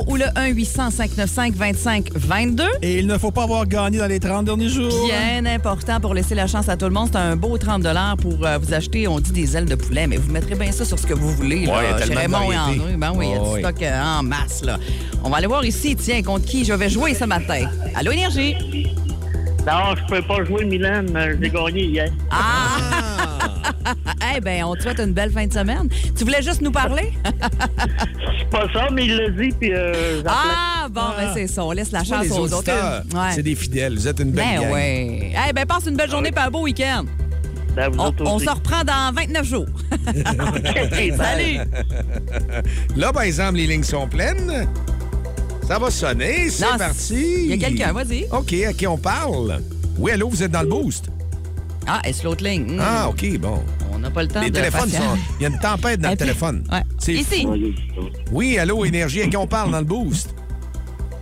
Speaker 4: ou le 1-800-595-2522.
Speaker 5: Et il ne faut pas avoir gagné dans les 30 derniers jours.
Speaker 4: Bien important pour laisser la chance à tout le monde. C'est un beau 30 pour euh, vous acheter, on dit des ailes de poulet, mais vous mettrez bien ça sur ce que vous voulez. là.
Speaker 11: Ouais, il y a
Speaker 4: Chez
Speaker 11: tellement de
Speaker 4: Raymond et
Speaker 11: variétés.
Speaker 4: André, ben oui, il y a du
Speaker 11: Ouais, ouais.
Speaker 4: stock euh, en masse. Là. On va aller voir ici, tiens, contre qui je vais jouer ce matin. Allô, Énergie?
Speaker 14: Non, je peux pas jouer Milan, mais je l'ai gagné hier.
Speaker 3: Ah!
Speaker 4: Eh bien, on te souhaite une belle fin de semaine. Tu voulais juste nous parler?
Speaker 14: C'est pas ça, mais il l'a dit, puis euh, j'appelais.
Speaker 4: Ah, bon, ben c'est ça. On laisse la
Speaker 3: Tu vois,
Speaker 4: chance
Speaker 3: les
Speaker 4: aux autres.
Speaker 3: auditeurs,
Speaker 4: Ouais.
Speaker 3: C'est des Ah fidèles. Vous êtes une belle
Speaker 4: Ben
Speaker 3: gang.
Speaker 4: oui. Eh ben passe une belle journée pas un beau week-end.
Speaker 14: Ben,
Speaker 4: on
Speaker 3: autres
Speaker 4: on
Speaker 3: aussi.
Speaker 4: se reprend dans 29 jours.
Speaker 3: (laughs)
Speaker 14: (laughs)
Speaker 4: Salut.
Speaker 3: Là, par exemple, les lignes sont pleines. Ça va sonner.
Speaker 4: Non,
Speaker 3: C'est parti.
Speaker 4: il y a quelqu'un, vas-y.
Speaker 3: OK, à qui on parle? Oui, allô, vous êtes dans le boost.
Speaker 4: Ah, est-ce l'autre ligne? Hmm.
Speaker 3: Ah, OK, bon.
Speaker 4: On n'a pas le temps
Speaker 3: Les
Speaker 4: de
Speaker 3: téléphones
Speaker 4: patienter.
Speaker 3: sont. Il y a une tempête dans le téléphone. C'est
Speaker 4: Ben Ici.
Speaker 3: fou. Oui, allô, Énergie, à qui on parle dans le boost?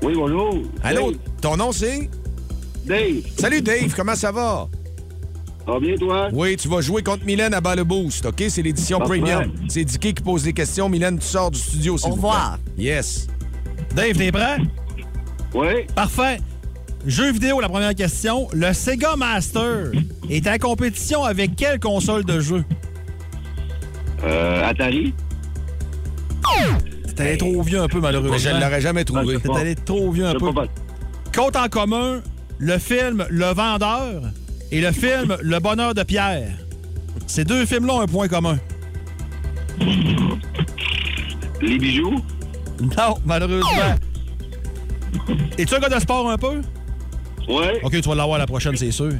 Speaker 16: Oui, bonjour.
Speaker 3: Allô, ton nom c'est?
Speaker 16: Dave.
Speaker 3: Salut, Dave, comment ça va?
Speaker 16: Ah, bien, toi?
Speaker 3: Oui, tu vas jouer contre Mylène à bas le boost, OK? C'est l'édition
Speaker 16: Parfait.
Speaker 5: Oh.
Speaker 3: premium. C'est Dicky qui pose des questions. Mylène, tu sors du studio, s'il
Speaker 4: Au
Speaker 3: vous plaît.
Speaker 4: revoir.
Speaker 3: Yes.
Speaker 5: Dave, t'es prêt?
Speaker 16: Oui.
Speaker 5: Parfait. Jeux vidéo, la première question. Le Sega Master est en compétition avec quelle console de jeu?
Speaker 16: Euh, Atari.
Speaker 5: T'es allé trop vieux un peu, malheureusement.
Speaker 3: Mais je ne l'aurais jamais trouvé.
Speaker 5: T'es allé trop vieux un peu. Compte en commun, le film Le Vendeur et le film Le Bonheur de Pierre. Ces deux films-là ont un point commun.
Speaker 16: Les bijoux.
Speaker 5: Non, malheureusement. (coughs) Es-tu un gars de sport un peu?
Speaker 16: Ouais.
Speaker 5: OK, tu vas l'avoir la prochaine, c'est sûr.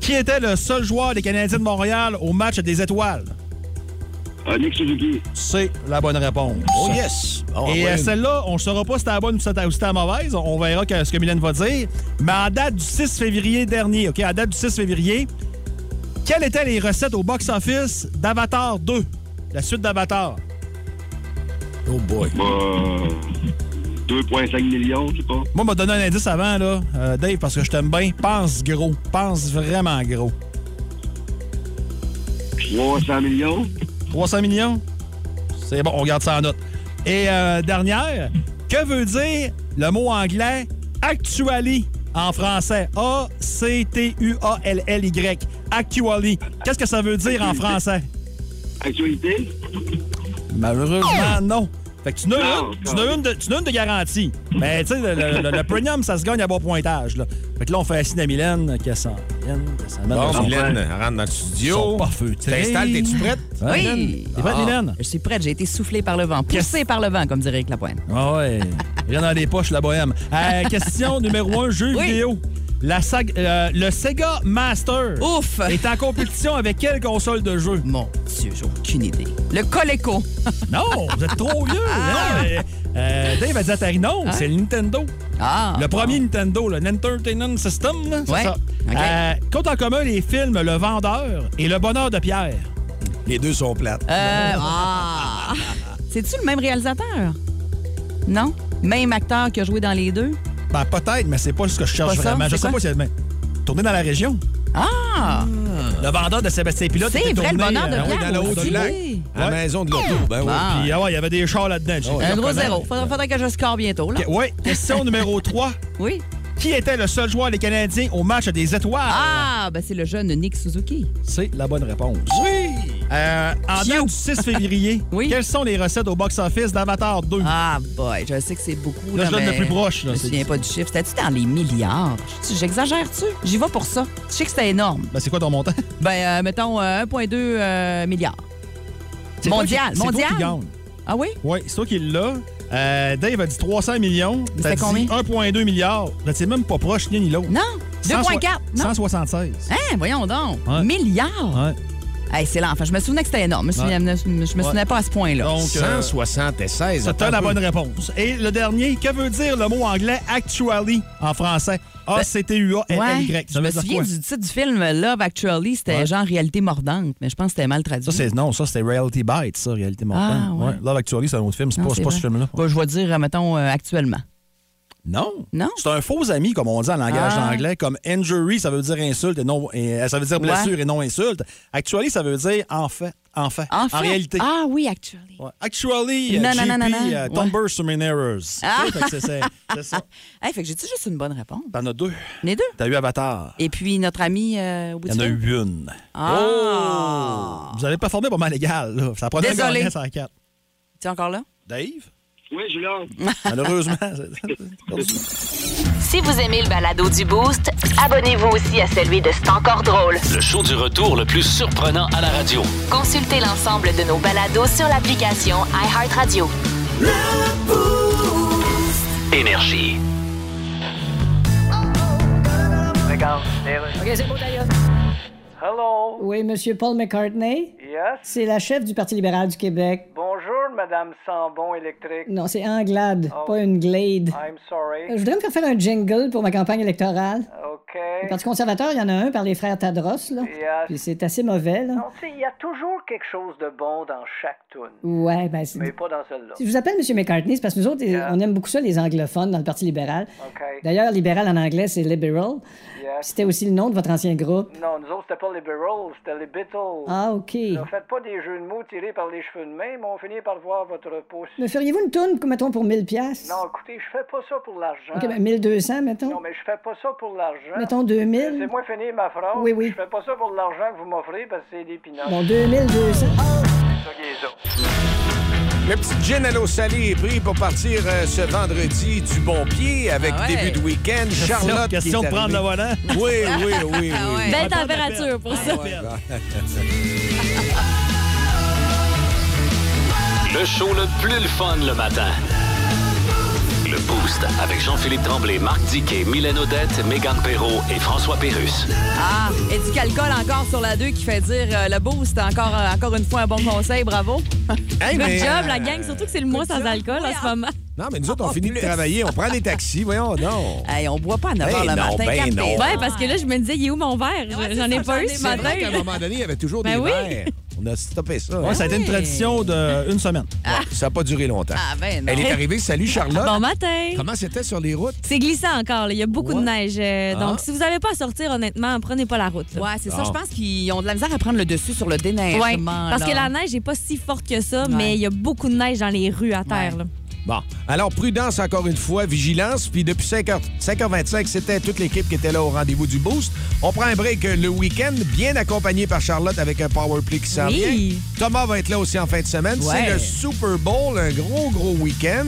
Speaker 5: Qui était le seul joueur des Canadiens de Montréal au match des étoiles?
Speaker 16: Euh, Nick Suzuki.
Speaker 5: C'est la bonne réponse.
Speaker 3: Oh yes! Bon,
Speaker 5: Et
Speaker 3: ouais.
Speaker 5: euh, celle-là, on ne saura pas si c'était la bonne ou si c'était- ou si c'était la mauvaise. On verra que- ce que Mylène va dire. Mais en date du 6 février dernier, OK, à date du 6 février, quelles étaient les recettes au box-office d'Avatar 2, la suite d'Avatar?
Speaker 3: Oh boy.
Speaker 7: bah,
Speaker 16: Euh, 2,5 millions, je sais pas.
Speaker 5: Moi, m'a donné un indice avant, là, euh, Dave, parce que je t'aime bien. Pense gros. Pense vraiment gros.
Speaker 16: 300 millions.
Speaker 5: 300 millions? C'est bon, on garde ça en note. Et euh, dernière, que veut dire le mot anglais actually en français? A-C-T-U-A-L-L-Y. Actually. Qu'est-ce que ça veut dire en français?
Speaker 16: Actualité.
Speaker 5: Malheureusement, Ah, non. Fait que tu n'as
Speaker 16: Non,
Speaker 5: une, tu n'as une de, tu n'as une de garantie. Mais tu sais, le, le- le- le premium, ça se gagne à bon pointage. Là. Fait que là, on fait signe à Mylène, qu'elle s'en vienne, qu'elle s'en mène.
Speaker 16: Ah,
Speaker 3: Bon,
Speaker 5: Son-
Speaker 3: Mylène, rentre dans le studio.
Speaker 5: Sont pas feutrés.
Speaker 3: T'installes, t'es-tu prête? Ah.
Speaker 4: Oui.
Speaker 5: T'es prête, Mylène?
Speaker 4: Je suis prête. J'ai été soufflée par le vent, poussée par le vent, comme dirait Eric Lapointe.
Speaker 5: Ah ouais. Rien dans les poches, la bohème. Euh, question numéro 1, jeu vidéo. La saga- euh, le Sega Master
Speaker 4: Ouf!
Speaker 5: est en compétition avec quelle console de jeu?
Speaker 4: Mon Dieu, j'ai aucune idée. Le Coleco.
Speaker 5: Non, vous êtes trop vieux. Non, euh, euh, Dave a dit Atari, non, c'est le Nintendo.
Speaker 4: Hein? Ah!
Speaker 5: Le premier Nintendo, le Entertainment System, là, c'est
Speaker 4: Ouais.
Speaker 5: ça.
Speaker 4: OK.
Speaker 5: Euh, compte en commun les films Le Vendeur et Le Bonheur de Pierre.
Speaker 3: Les deux sont plates.
Speaker 4: Euh,
Speaker 3: (laughs)
Speaker 4: ah. C'est-tu le même réalisateur? Non? Même acteur qui a joué dans les deux?
Speaker 5: Ben, peut-être, mais c'est pas ce que je cherche
Speaker 4: Pas ça?
Speaker 5: vraiment. Je
Speaker 4: C'est
Speaker 5: sais
Speaker 4: quoi?
Speaker 5: pas si mais Tourner dans la région.
Speaker 4: Ah!
Speaker 5: Le vendeur de Sébastien Pilote
Speaker 4: C'est
Speaker 5: était
Speaker 4: vrai, le
Speaker 5: tourné,
Speaker 4: bonheur de
Speaker 5: euh,
Speaker 4: Pierre
Speaker 3: Ben dans le haut
Speaker 4: aussi.
Speaker 3: du lac.
Speaker 4: Oui.
Speaker 3: À la maison de l'auto, ben oui.
Speaker 4: Ah.
Speaker 5: Puis, ah ouais, il y avait des chars là-dedans. J'ai-
Speaker 4: Un
Speaker 5: je
Speaker 4: gros
Speaker 5: reconnais.
Speaker 4: Ah zéro. Faudrait, faudrait que je score bientôt, là.
Speaker 5: Que- Ouais, question
Speaker 4: (laughs)
Speaker 5: numéro 3.
Speaker 4: Oui.
Speaker 5: Qui était le seul joueur des Canadiens au match des étoiles?
Speaker 4: Ah, ben c'est le jeune Nick Suzuki.
Speaker 5: C'est la bonne réponse. Euh, en
Speaker 4: Phew.
Speaker 5: date du 6 février,
Speaker 4: (laughs) Oui.
Speaker 5: quelles sont les recettes au box-office d'Avatar 2?
Speaker 4: Ah, boy, je sais que c'est beaucoup.
Speaker 5: Là, je donne
Speaker 4: mais
Speaker 5: le plus proche, là.
Speaker 4: Je me
Speaker 5: C'est-
Speaker 4: souviens pas du chiffre. C'était-tu dans les milliards? Je- J'exagère-tu? J'y vais pour ça. Je sais que c'était énorme.
Speaker 5: Ben, c'est quoi ton montant?
Speaker 4: Ben, euh, mettons euh, 1,2 euh, milliards.
Speaker 5: C'est toi qui-
Speaker 4: Mondial,
Speaker 5: c'est toi qui
Speaker 4: mondial.
Speaker 5: gagne.
Speaker 4: ah oui?
Speaker 5: Oui, c'est toi qui l'as. Euh, Dave a dit 300 millions.
Speaker 4: Mais
Speaker 5: T'as
Speaker 4: c'était
Speaker 5: dit
Speaker 4: combien?
Speaker 5: 1,2 milliard. Ben, C'est même pas proche, ni ni l'autre.
Speaker 4: Non?
Speaker 5: 100,
Speaker 4: 2,4? Non?
Speaker 5: 176.
Speaker 4: Hein, voyons donc.
Speaker 5: Ouais.
Speaker 4: Milliards?
Speaker 5: Ouais.
Speaker 4: Hey, c'est l'enfant. Je me souvenais que c'était énorme. Je me souvenais, je me souvenais pas à ce point-là.
Speaker 5: Donc, euh,
Speaker 3: 176.
Speaker 5: C'était
Speaker 3: attends
Speaker 5: la
Speaker 3: un peu.
Speaker 5: bonne réponse. Et le dernier, que veut dire le mot anglais actually en français? A-C-T-U-A-L-Y.
Speaker 4: Ben, Ouais.
Speaker 5: Ça
Speaker 4: je
Speaker 5: veut
Speaker 4: me
Speaker 5: dire
Speaker 4: souviens
Speaker 5: quoi?
Speaker 4: du titre du film euh, Love Actually, c'était genre réalité mordante, mais je pense que c'était mal traduit.
Speaker 5: Ça, c'est, non, ça, c'était Reality Bites, ça, Réalité Mortelle.
Speaker 4: Ah, ouais.
Speaker 5: Love Actually, c'est un autre film. C'est
Speaker 4: Non,
Speaker 5: pas,
Speaker 4: c'est
Speaker 5: c'est pas
Speaker 4: vrai.
Speaker 5: ce film-là.
Speaker 4: Bah, je vais dire, euh, mettons, euh, actuellement.
Speaker 5: Non.
Speaker 4: Non?
Speaker 5: C'est un faux ami, comme on dit en langage
Speaker 4: Ah.
Speaker 5: anglais. Comme injury, ça veut dire insulte et non. et- euh, ça veut dire
Speaker 4: Ouais.
Speaker 5: blessure et non insulte. Actually, ça veut dire en fait. En fait.
Speaker 4: En, fait-
Speaker 5: réalité.
Speaker 4: Ah oui, actually.
Speaker 5: Ouais. Actually, euh,
Speaker 4: Non, non,
Speaker 5: GP,
Speaker 4: non, non, Ah. non.
Speaker 5: euh, Tumblers to my errors. Tu sais, fait que c'est- C'est c'est
Speaker 4: (laughs)
Speaker 5: ça.
Speaker 4: Hey, fait que j'ai-tu juste une bonne réponse?
Speaker 5: T'en as deux.
Speaker 4: Les deux.
Speaker 5: T'as eu Avatar.
Speaker 4: Et puis notre ami euh, au bout
Speaker 5: Il y
Speaker 4: du
Speaker 5: en a
Speaker 4: fil?
Speaker 5: eu une.
Speaker 4: Ah!
Speaker 3: Oh!
Speaker 5: Vous avez performé pas mal égal. là. Ça prend
Speaker 4: Désolé.
Speaker 5: un sur quatre.
Speaker 4: Tu es encore là?
Speaker 3: (laughs)
Speaker 5: Dave?
Speaker 16: Oui, Julien.
Speaker 5: Malheureusement.
Speaker 1: Si vous aimez le balado du Boost, abonnez-vous aussi à celui de C'est encore drôle.
Speaker 2: Le show du retour le plus surprenant à la radio.
Speaker 1: Consultez l'ensemble de nos balados sur l'application iHeartRadio.
Speaker 2: Énergie.
Speaker 12: Regarde.
Speaker 17: OK, c'est beau, d'ailleurs.
Speaker 12: Hello.
Speaker 17: Oui, Monsieur Paul McCartney.
Speaker 12: Yes.
Speaker 17: C'est la chef du Parti libéral du Québec.
Speaker 12: Bonjour, Madame Sambon électrique.
Speaker 17: Non, c'est Anglade,
Speaker 12: Oh.
Speaker 17: pas une glade.
Speaker 12: I'm
Speaker 17: Euh,
Speaker 12: sorry.
Speaker 17: Je voudrais me faire faire un jingle pour ma campagne électorale.
Speaker 12: OK.
Speaker 17: Le Parti conservateur, il y en a un par les frères Tadros, là.
Speaker 12: Yes.
Speaker 17: Puis c'est assez mauvais, là.
Speaker 12: Non, tu sais, il y a toujours quelque chose de bon dans chaque tune.
Speaker 17: Ouais, ben c'est...
Speaker 12: Mais pas dans celle-là.
Speaker 17: Si je vous appelle M. McCartney, c'est parce que nous autres,
Speaker 12: Yeah.
Speaker 17: on aime beaucoup ça, les anglophones, dans le Parti libéral.
Speaker 12: OK.
Speaker 17: D'ailleurs, libéral en anglais, c'est liberal.
Speaker 12: Yes.
Speaker 17: C'était aussi le nom de votre ancien groupe.
Speaker 12: Non, nous autres, c'était pas les Beatles, c'était les Beatles.
Speaker 17: Ah, OK.
Speaker 12: Ne faites pas des jeux de mots tirés par les cheveux de main, mais on finit par voir avoir votre pouce.
Speaker 17: Me feriez-vous une toune, mettons, pour 1000 pièces
Speaker 12: Non, écoutez, je fais pas ça pour l'argent.
Speaker 17: OK, ben 1200, mettons.
Speaker 12: Non, mais je fais pas ça pour l'argent.
Speaker 17: Mettons 2000.
Speaker 12: Euh, C'est moi finir ma phrase.
Speaker 17: Oui, oui.
Speaker 12: Je fais pas ça pour l'argent que vous m'offrez parce que c'est des pinottes.
Speaker 17: Bon, 2200.
Speaker 3: Le petit gin à l'eau salée est pris pour partir euh, ce vendredi du bon pied avec
Speaker 4: Ah ouais.
Speaker 3: début de week-end. Charlotte. qui
Speaker 5: question
Speaker 3: est
Speaker 5: de prendre
Speaker 3: arrivée.
Speaker 5: le volant. (laughs)
Speaker 3: Oui, oui, oui. oui.
Speaker 18: Ben,
Speaker 4: Belle
Speaker 5: Ah.
Speaker 4: température pour ça.
Speaker 2: Le show le plus le fun le matin. Le Boost avec Jean-Philippe Tremblay, Marc Diquet, Mylène Odette, Megan Perrault et François Pérus.
Speaker 4: Ah, et du calcul encore sur la 2 qui fait dire euh, le boost. Encore, euh, encore une fois, un bon conseil.
Speaker 5: (laughs)
Speaker 4: Bravo.
Speaker 3: Hey,
Speaker 4: Good
Speaker 3: mais,
Speaker 4: job,
Speaker 3: euh,
Speaker 4: la gang. Surtout que c'est le mois sans alcool en ce moment.
Speaker 3: Non, mais nous autres, on finit de travailler, on prend des taxis, voyons non.
Speaker 4: Hey, on boit pas à 9
Speaker 3: Ben
Speaker 4: h le
Speaker 3: non,
Speaker 4: matin.
Speaker 3: ben
Speaker 4: Capté.
Speaker 3: non.
Speaker 4: Ouais, parce que là, je me disais, il est où mon verre? J'en ai pas eu ce
Speaker 3: C'est
Speaker 4: matin.
Speaker 3: vrai qu'à un moment donné, il y avait toujours
Speaker 4: Ben
Speaker 3: des
Speaker 4: oui.
Speaker 3: verres. On a stoppé ça.
Speaker 5: Ouais, ça a été une tradition d'une semaine.
Speaker 3: Ouais, ça n'a pas duré longtemps.
Speaker 4: Ah, ben non.
Speaker 3: Elle est arrivée. Salut, Charlotte.
Speaker 18: Bon matin.
Speaker 3: Comment c'était sur les routes?
Speaker 18: C'est glissant encore, là. il y a beaucoup de neige. euh,
Speaker 3: Ah.
Speaker 18: Donc, si vous n'avez pas à sortir, honnêtement, prenez pas la route. là.
Speaker 4: Ouais, c'est ça.
Speaker 3: Bon.
Speaker 4: Je
Speaker 5: Ah.
Speaker 4: pense qu'ils ont de la misère à prendre le dessus sur le déneigement.
Speaker 18: Ouais, parce que la neige n'est pas si forte que ça, mais il y a beaucoup de neige dans les rues à terre. là.
Speaker 3: Bon. Alors, prudence encore une fois, vigilance. Puis depuis 5 h 25 c'était toute l'équipe qui était là au rendez-vous du Boost. On prend un break euh, le week-end, bien accompagné par Charlotte avec un power play qui s'en
Speaker 18: Oui.
Speaker 3: vient. Thomas va être là aussi en fin de semaine.
Speaker 13: Ouais.
Speaker 3: C'est le Super Bowl, un gros, gros week-end.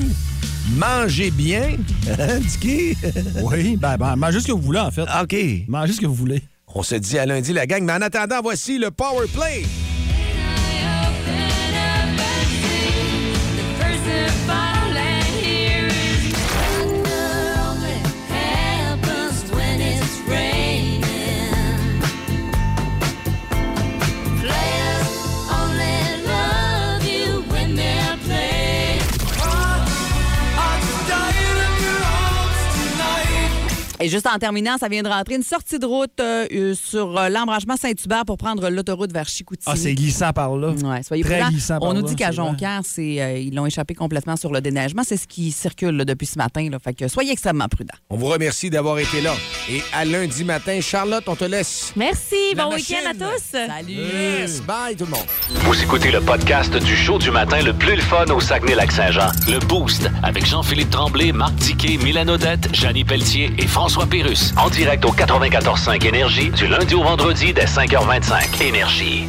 Speaker 3: Mangez bien. (laughs) Hein, Dicky?
Speaker 5: Oui, ben, ben, mangez ce que vous voulez, en fait.
Speaker 3: OK.
Speaker 5: Mangez ce que vous voulez.
Speaker 3: On se dit à lundi, la gang. Mais en attendant, voici le power play.
Speaker 4: Et juste en terminant, ça vient de rentrer une sortie de route euh, euh, sur euh, l'embranchement Saint-Hubert pour prendre l'autoroute vers Chicoutimi.
Speaker 5: Ah, c'est glissant par là.
Speaker 4: Ouais, soyez
Speaker 5: Très
Speaker 4: prudents.
Speaker 5: glissant par
Speaker 4: On nous
Speaker 5: là,
Speaker 4: dit qu'à
Speaker 5: c'est vrai.
Speaker 4: Jonquière, c'est, euh, ils l'ont échappé complètement sur le déneigement. C'est ce qui circule là, depuis ce matin. Là. Fait que soyez extrêmement prudents.
Speaker 3: On vous remercie d'avoir été là. Et à lundi matin, Charlotte, on te laisse.
Speaker 18: Merci.
Speaker 3: La
Speaker 18: bon
Speaker 3: machine.
Speaker 18: week-end à tous. Salut.
Speaker 3: Yes. Bye, tout le monde.
Speaker 2: Vous écoutez le podcast du show du matin le plus le fun au Saguenay-Lac-Saint-Jean. Le Boost avec Jean-Philippe Tremblay, Marc Diquet, Mylène Odette, Janine Pelletier et François Pérus. En direct au 94.5 Énergie du lundi au vendredi dès 5h25. Énergie.